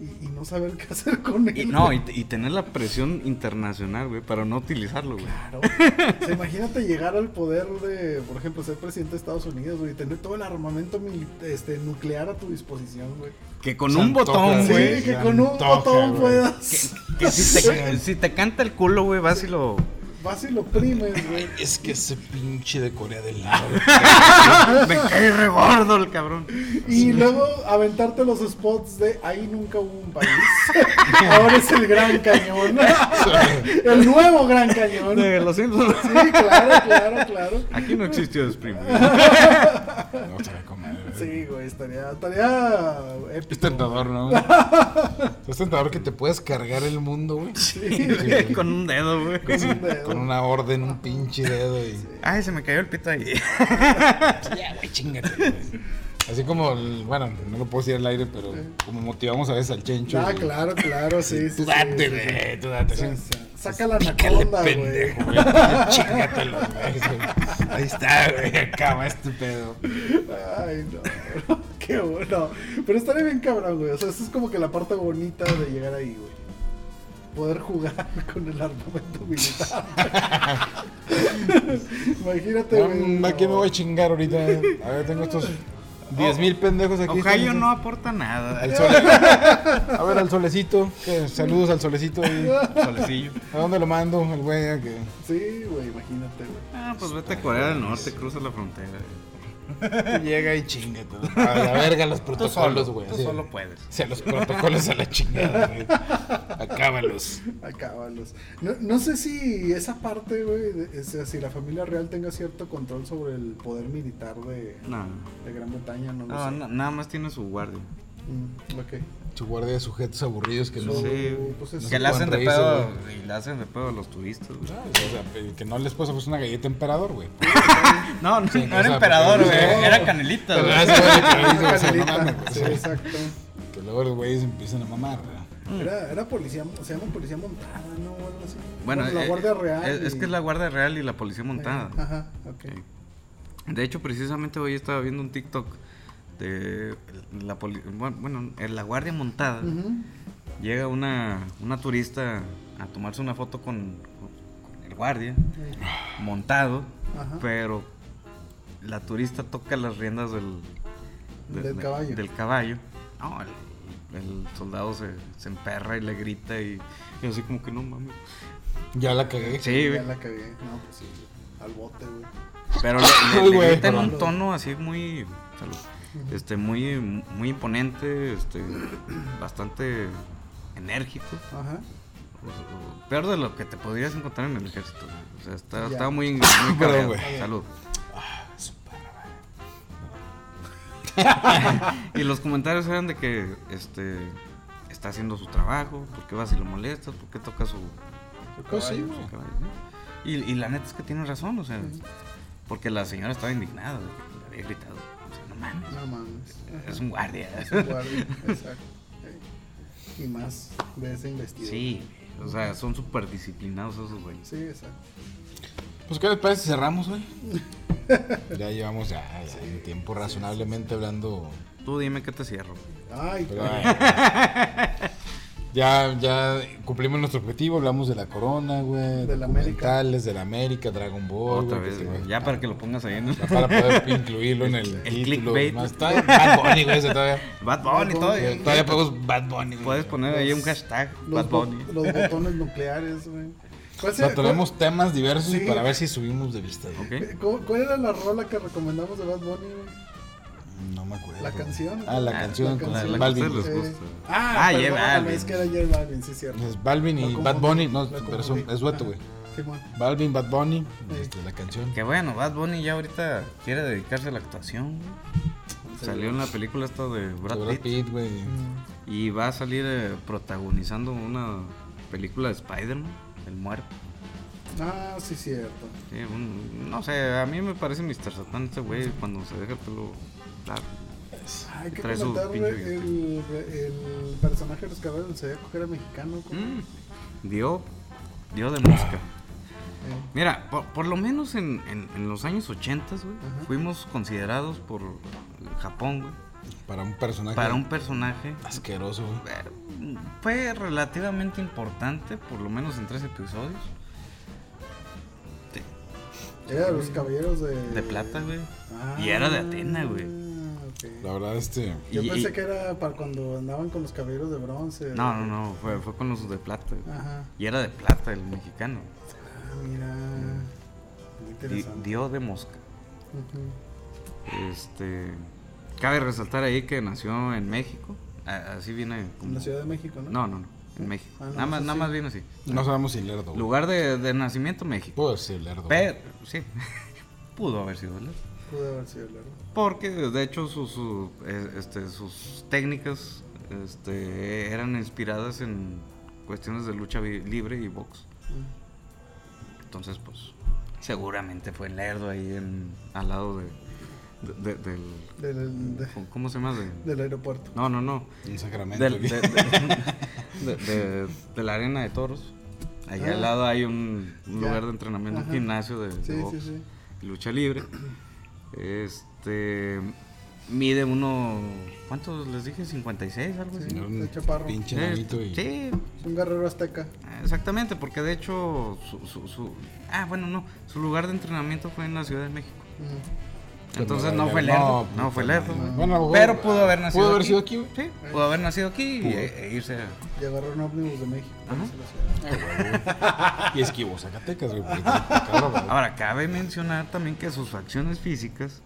S2: y, y no saber qué hacer con él.
S3: Y, no, y, y tener la presión internacional, güey, para no utilizarlo, güey.
S2: Claro. O sea, imagínate llegar al poder de, por ejemplo, ser presidente de Estados Unidos, güey, y tener todo el armamento mili- este, nuclear a tu disposición, güey.
S3: Que con
S1: Se
S3: un botón,
S1: antoja,
S3: güey.
S2: Sí,
S1: güey,
S2: que
S1: se
S2: con un
S1: antoja,
S2: botón
S1: güey.
S2: puedas.
S3: Que si te, si te canta el culo, güey, vas y lo.
S2: Vas y lo primes, güey.
S1: Es que ese pinche de Corea del Norte.
S3: Me cae regordo el cabrón.
S2: Y luego aventarte los spots de ahí nunca hubo un país. Ahora es el Gran Cañón. El nuevo Gran Cañón.
S3: De los Simpsons.
S2: Sí, claro, claro, claro.
S3: Aquí no existió Spring.
S1: No se la coma, güey.
S2: Sí, güey, estaría, estaría
S1: Es
S2: épico.
S1: tentador, ¿no? Es tentador que te puedes cargar el mundo, güey.
S3: güey. Con un dedo, güey.
S2: un dedo.
S1: Con una orden, un pinche dedo y.
S3: Ay, se me cayó el pito ahí.
S1: Ya, güey, chingate, güey. Así como, el- bueno, no lo puedo decir al aire, pero como motivamos a veces al chencho.
S2: Ah,
S1: güey.
S2: claro, claro, sí, sí.
S1: Tú
S2: sí,
S1: date,
S2: sí, sí.
S1: güey, tú date.
S2: O sea, Saca la
S1: Pícale,
S2: anaconda, güey.
S1: pendejo, güey. Chingatelo, güey. Ahí está, güey. Acaba este pedo.
S2: Ay, no. Qué bueno. Pero estaría bien cabrón, güey. O sea, esa es como que la parte bonita de llegar ahí, güey. Poder jugar con el armamento militar. Imagínate, Este güey.
S1: Mm, ¿A quién me voy a chingar ahorita? A ver, tengo estos
S2: Oh.
S1: 10 mil pendejos aquí.
S3: Ohio no aporta nada.
S1: Al sole- A ver, al solecito. que Saludos al solecito. ahí.
S3: solecillo.
S1: ¿A dónde lo mando? El güey. a que-
S2: Sí, güey, imagínate, güey.
S3: Ah, pues vete a Corea del Norte, cruza la frontera.
S1: Llega y chinga todo. A la verga los protocolos, güey.
S3: Tú
S1: así.
S3: solo puedes.
S1: O sea, los protocolos a la chingada, güey. Acábalos.
S2: Acábalos. No, no sé si esa parte, güey, de- o sea, si la familia real tenga cierto control sobre el poder militar de,
S3: No.
S2: de Gran Bretaña, no lo
S3: No,
S1: Ah,
S2: sé.
S3: na- nada más tiene su guardia.
S2: Mm, ok.
S1: Su guardia de sujetos aburridos que no.
S2: Sí.
S1: O
S3: Sí,
S2: pues es-
S3: que le hacen de
S1: Juan Reyes,
S3: pedo y le hacen de pedo a los turistas, güey.
S1: sea, que no les puedes ofrecer una galleta emperador, güey.
S3: No, no,
S1: Sí,
S3: no
S1: o
S3: era
S1: sea,
S3: emperador,
S1: porque-
S3: güey.
S1: No.
S3: Era canelita, güey.
S1: Pero ese güey que lo hizo, o sea, no mames,
S2: Canelita.
S1: güey.
S2: Sí, exacto.
S1: Que luego los güeyes empiezan a mamar, ¿verdad?
S2: Era, era policía, se llama policía montada, ¿no? O algo así.
S3: Mm. Bueno,
S2: la
S3: eh,
S2: Guardia Real.
S3: Es, es
S2: y-
S3: que es la Guardia Real y la Policía Montada.
S2: Ajá, ok.
S3: Sí. De hecho, precisamente hoy estaba viendo un TikTok este, la, poli- bueno, en la guardia montada,
S2: Ujú.
S3: llega una, una turista a tomarse una foto con, con el guardia, montado,
S2: Ajá.
S3: pero la turista toca las riendas del, de-
S2: Del
S3: de-
S2: caballo.
S3: del caballo. No, el, el soldado se, se emperra y le grita y, y así como que no mames.
S1: Ya la cagué.
S3: Sí, güey.
S2: Ya la cagué. No, pues sí. Al bote, güey.
S3: Pero le,
S1: Ay,
S3: le- le
S1: güey.
S3: grita en un tono así muy. salud, Este, muy, muy imponente, este, bastante enérgico.
S2: Ajá.
S3: o- o peor de lo que te podrías encontrar en el ejército. güey. O sea, está-
S2: Ya.
S3: estaba muy, muy
S1: Perdón,
S3: cargado.
S1: güey. Ah,
S3: Salud. y los comentarios eran de que este está haciendo su trabajo, ¿por qué vas y lo molestas? ¿Por qué toca su,
S1: Pues sí,
S3: su caballo? Y, y la neta es que tiene razón, o sea, porque la señora estaba indignada, de que le había gritado. O sea, no mames,
S2: No mames. Ajá.
S3: es un guardia.
S2: Guardia, exacto. Sí. Y más de ese investigador.
S3: Sí, o sea, son súper disciplinados esos güeyes.
S2: Sí, exacto.
S1: Pues, ¿qué les parece si cerramos, güey? ya llevamos ya, ya un tiempo razonablemente hablando.
S3: Tú dime qué te cierro.
S2: Ay,
S3: Pues,
S1: Pero,
S2: cabrón.
S1: ay, ya, ya cumplimos nuestro objetivo. Hablamos de la corona, güey.
S2: De la
S1: documentales, de la América, Dragon Ball.
S3: Otra
S1: güey,
S3: vez,
S1: que te-
S3: güey. ya para que lo pongas ahí en el...
S1: Ya para poder incluirlo en el,
S3: el
S1: título.
S3: clickbait.
S1: más. Está Bad Bunny, güey, ese todavía.
S3: Bad Bunny, todo.
S1: Eh, Todavía podemos Bad Bunny. güey.
S3: Puedes poner ahí un
S2: Los-
S3: hashtag,
S2: Los,
S3: Bad
S2: bo-
S3: Bunny.
S2: los botones nucleares, güey. ¿Cuál,
S1: O
S2: se-
S1: sea, tenemos temas diversos
S2: Sí.
S1: para ver si subimos de vista. güey.
S3: Ok.
S2: cuál- cu- cuál era la rola que recomendamos de Bad Bunny, güey?
S1: No me acuerdo.
S2: La canción.
S1: Ah, la
S3: Ah,
S1: canción
S2: la
S1: con
S2: canción.
S3: La
S1: Balvin.
S3: que ustedes les gusta.
S2: Ah,
S3: Ah, J
S2: perdóname,
S3: Balvin.
S2: Es que era J Balvin, sí, es cierto.
S1: Es Balvin y
S2: Lo
S1: Bad
S2: confundí,
S1: Bunny. No,
S2: lo
S1: pero son-
S2: confundí. Ah,
S1: es dueto,
S2: Ajá.
S1: güey.
S2: Sí, bueno.
S1: Balvin, Bad Bunny.
S2: Sí.
S1: este, la canción.
S3: Que bueno, Bad Bunny ya ahorita quiere dedicarse a la actuación. güey.
S2: Mm.
S3: Salió en la película esta de Brad,
S1: Brad
S3: Pitt,
S1: Pitt, güey.
S3: y va a salir eh, protagonizando una película de Spider-Man, El Muerto.
S2: Ah, sí, cierto.
S3: Sí, un- no sé, a mí me parece Mr. Satan este güey cuando se deja el pelo largo.
S2: Hay que
S3: Trae su
S2: comentar, güey,
S3: pinche
S2: el, el personaje de los caballos del Zodíaco que era mexicano. güey.
S3: Mm, dio, dio de música.
S2: Eh,
S3: Mira, por, por lo menos en, en- en los años 80, güey,
S2: Ajá.
S3: fuimos considerados por Japón, güey,
S1: Para un personaje
S3: para un personaje.
S1: asqueroso, güey.
S3: eh, Fue relativamente importante, por lo menos en tres episodios.
S2: Era de los caballeros de...
S3: De plata, güey.
S2: Ah,
S3: Y era de Atena, güey.
S2: ok.
S1: La verdad, este.
S2: Yo
S3: Y-
S2: pensé
S3: y-
S2: que era para cuando andaban con los caballeros de bronce.
S3: No, no, no, fue, fue con los de plata. güey.
S2: Ajá.
S3: Y era de plata el mexicano.
S2: Ah, mira. Muy
S3: Mm. Di-
S2: interesante.
S3: dio de mosca.
S2: Ujú.
S3: Este, cabe resaltar ahí que nació en México. a- Así viene como...
S2: En la Ciudad de México, ¿no?
S3: No, no, no, en México.
S2: Ah, no,
S3: nada más,
S2: eso
S3: nada
S2: sí.
S3: más viene así.
S1: No sabemos si Lerdo. güey.
S3: Lugar de, de nacimiento México.
S1: Puedo decir Lerdo. güey.
S3: Pero, sí, pudo haber sido él.
S2: Pudo haber sido largo.
S3: Porque de hecho sus, su- eh, este, sus técnicas este, eran inspiradas en cuestiones de lucha vi- libre y box.
S2: Mm.
S3: Entonces, pues, seguramente fue Lerdo ahí en, al lado de, de- de- del...
S2: Del, de-
S3: ¿Cómo se llama? De-
S2: del aeropuerto.
S3: no, no, no.
S1: En Sacramento.
S3: Del-
S1: güey.
S3: de, de- de- de- de la arena de toros. Allá
S2: Ah.
S3: al lado hay un, un
S2: Ya.
S3: lugar de entrenamiento,
S2: Ajá.
S3: un gimnasio de, de
S2: Sí,
S3: box.
S2: sí, sí.
S3: lucha libre. Este mide uno, ¿cuántos les dije? 56, algo así.
S2: Sí.
S1: Era un
S2: de chaparro.
S1: Pinche
S3: Eh,
S1: enanito y.
S3: Sí,
S2: Es un guerrero azteca.
S3: exactamente, porque de hecho su, su- su- ah, bueno, no, su lugar de entrenamiento fue en la Ciudad de México.
S2: Mm.
S3: Entonces no fue Lerdo, no, fue Lerdo.
S1: no. Bueno, a lo mejor-
S3: Pero pudo haber nacido
S1: Pudo haber
S3: aquí.
S1: sido aquí, güey.
S3: Sí, pudo haber nacido aquí y- e, e irse a
S2: Y agarró un ómnibus de México.
S3: Ajá.
S2: hacia la ciudad.
S1: Y esquivó Zacatecas, güey. porque está cabrón, güey.
S3: Ahora, cabe mencionar también que sus facciones físicas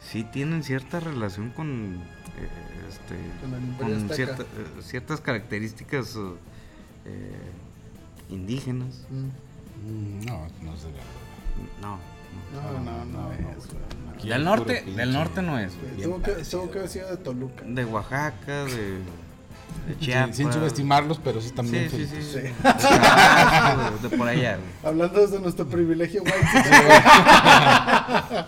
S3: sí tienen cierta relación con, eh, este,
S2: Con el imperio azteca.
S3: cierta- eh, ciertas características eh, eh, indígenas.
S2: Mm.
S1: Mm, No, no sé. güey.
S3: No. no.
S2: No, no, no,
S1: no,
S2: es, güey, no.
S1: Aquí
S3: Del
S1: es
S3: norte,
S1: puro
S3: del
S1: pinche-
S3: norte no es. güey.
S2: Güey,
S1: Bien
S2: Tuvo que,
S1: parecido.
S2: tuvo que haber sido de Toluca.
S3: De Oaxaca, de, de
S1: Sí,
S3: Chiapas.
S1: sin subestimarlos, pero sí también.
S3: Sí, sí, sí.
S2: Sí.
S3: De, Tabasco, de- de por allá. güey.
S2: Hablando desde nuestro privilegio, güey.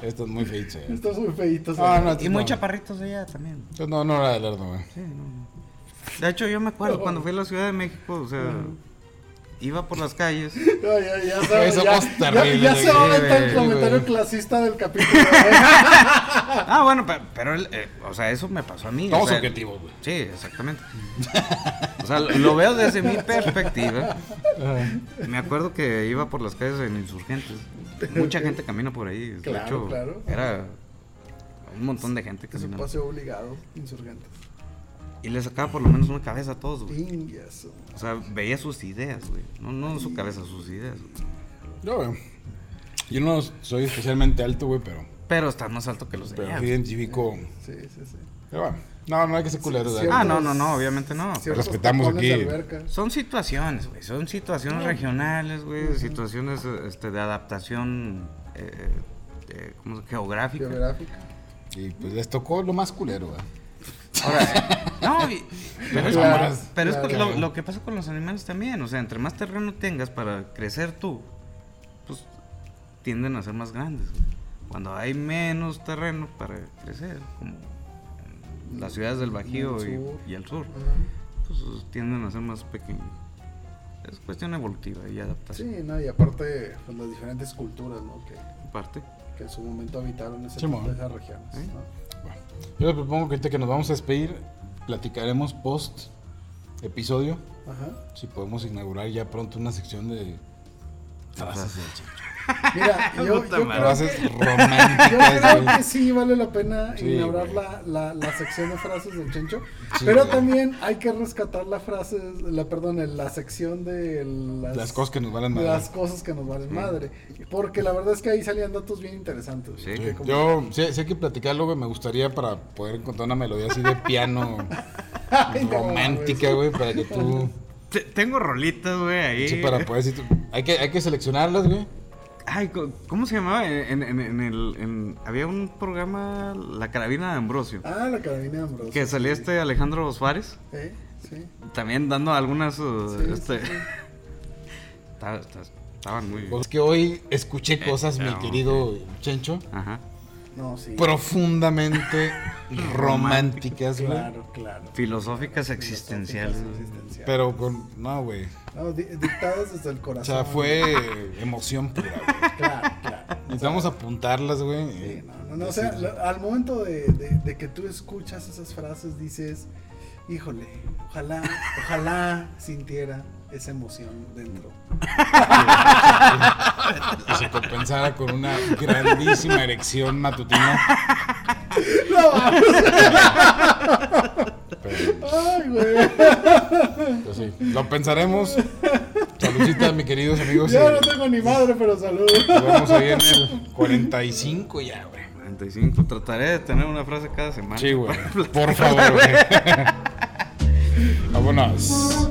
S1: Esto es muy feitos. eh.
S2: Estás muy feitos.
S1: Ah,
S2: güey.
S1: no,
S3: Y muy
S1: no.
S3: chaparritos de allá también.
S1: Entonces, No, no era de Lerdo, güey.
S3: Sí, no, no. De hecho, yo me acuerdo cuando fui a la Ciudad de México, o sea, iba por las calles.
S2: Ya, ya, ya, se-
S1: Eso
S2: ya,
S1: es
S2: ya-
S1: terrible,
S2: ya se va a
S1: güey,
S2: aventar el
S1: güey.
S2: comentario clasista del capítulo. güey.
S3: Ah, bueno, pe- pero, él, eh, o sea, eso me pasó a mí.
S1: Todos
S3: o sea,
S1: objetivos, güey.
S3: Sí, exactamente. O sea, lo veo desde mi perspectiva.
S2: Ah.
S3: Me acuerdo que iba por las calles en Insurgentes. Mucha gente camina por ahí. De
S2: Claro,
S3: hecho,
S2: claro.
S3: era un montón de gente
S2: Es un
S3: caminando.
S2: paseo obligado, insurgentes.
S3: Y le sacaba por lo menos una cabeza a todos, güey.
S2: Y eso.
S3: O sea, veía sus ideas, güey. No, no su cabeza, sus ideas. güey.
S1: Yo, güey. Yo no soy especialmente alto, güey, pero,
S3: Pero está más alto que los de
S1: pero
S3: allá.
S1: sí identifico.
S2: Sí, sí, sí.
S1: Pero bueno, no, no hay que ser culero,
S2: Sí,
S1: güey.
S2: sí,
S3: Ah, no, no, no, obviamente no.
S2: Ciertos
S1: respetamos
S2: tapones de
S1: aquí.
S2: alberca.
S3: Son situaciones, güey. Son situaciones regionales, güey. Situaciones este, de adaptación eh, eh, ¿cómo se- geográfica.
S2: Geográfica.
S1: Y pues les tocó lo más culero, güey.
S3: Ahora, eh, no, y- pero es,
S2: Claro,
S3: como- pero es con
S2: claro.
S3: lo, lo que pasa con los animales también. O sea, entre más terreno tengas para crecer tú, pues tienden a ser más grandes. güey. Cuando hay menos terreno para crecer, como en las ciudades del Bajío
S2: El sur.
S3: y, y el sur,
S2: Ajá.
S3: pues tienden a ser más pequeños. Es cuestión evolutiva y
S2: Sí,
S3: adaptación.
S2: no, y aparte pues, las diferentes culturas, ¿no? Que,
S3: Parte.
S2: que en su momento habitaron ese
S1: Sí,
S2: tipo
S1: mon.
S2: de esas regiones.
S3: ¿Eh?
S2: ¿no?
S1: Bueno, yo les propongo que ahorita que nos vamos a despedir, platicaremos post episodio.
S2: Ajá.
S1: Si podemos inaugurar ya pronto una sección de frases, de
S2: Mira, yo,
S3: Puta
S2: yo
S3: madre.
S2: creo que,
S1: frases
S2: yo
S1: románticas,
S2: creo
S1: güey.
S2: que sí vale la pena
S1: Sí,
S2: inaugurar
S1: güey.
S2: la, la, la sección de frases del Chencho.
S1: Sí,
S2: pero
S1: güey.
S2: también hay que rescatar la frase, la, perdón, el- la sección de las,
S1: Las cosas que nos valen madre.
S2: las cosas que nos valen madre. Porque la verdad es que ahí salían datos bien interesantes.
S3: Sí.
S2: güey,
S1: Sí,
S2: que como-
S1: Yo sé, sé que platicarlo, güey, me gustaría para poder encontrar una melodía así de piano
S2: Ay, no,
S1: romántica, güey, para que tú...
S3: Te- Tengo rolitas, güey, ahí.
S1: Sí, para poder decir... tú- Hay que, hay que seleccionarlas, güey.
S3: Ay, co- ¿cómo se llamaba? En, en- en el, en- había un programa, La Carabina de Ambrosio,
S2: Ah, la carabina de Ambrosio.
S3: que salía
S2: sí.
S3: este Alejandro Suárez,
S2: Eh, sí.
S3: también dando algunas... uh,
S2: Sí,
S3: este,
S2: sí, sí.
S3: Estaba- esta- estaban muy...
S1: Pues que hoy escuché cosas, mi
S3: no,
S1: querido Chencho,
S3: Ajá.
S2: No, sí.
S1: profundamente románticas, güey.
S2: Claro, claro.
S3: Filosóficas existenciales.
S2: Existencial.
S1: Pero con... No, güey.
S2: No, di- dictadas desde el
S1: O
S2: corazón.
S1: sea, fue emoción pura, güey.
S2: Claro, claro.
S1: Necesitamos apuntarlas, güey. eh,
S2: Sí, no, no, no, o sea, lo- al momento de, de- de que tú escuchas esas frases, dices, híjole, ojalá, ojalá sintiera esa emoción dentro.
S1: Que se compensara con una grandísima erección matutina.
S2: No, mames.
S1: Pero,
S2: ay, güey.
S1: pues sí, lo pensaremos. Saludcita, mis queridos amigos.
S2: Yo
S1: y-
S2: no tengo ni madre, pero salud.
S1: nos vemos ahí en el 45 ya, güey.
S3: 45. Trataré de tener una frase cada semana.
S1: Sí, güey. Por favor, güey. Vámonos.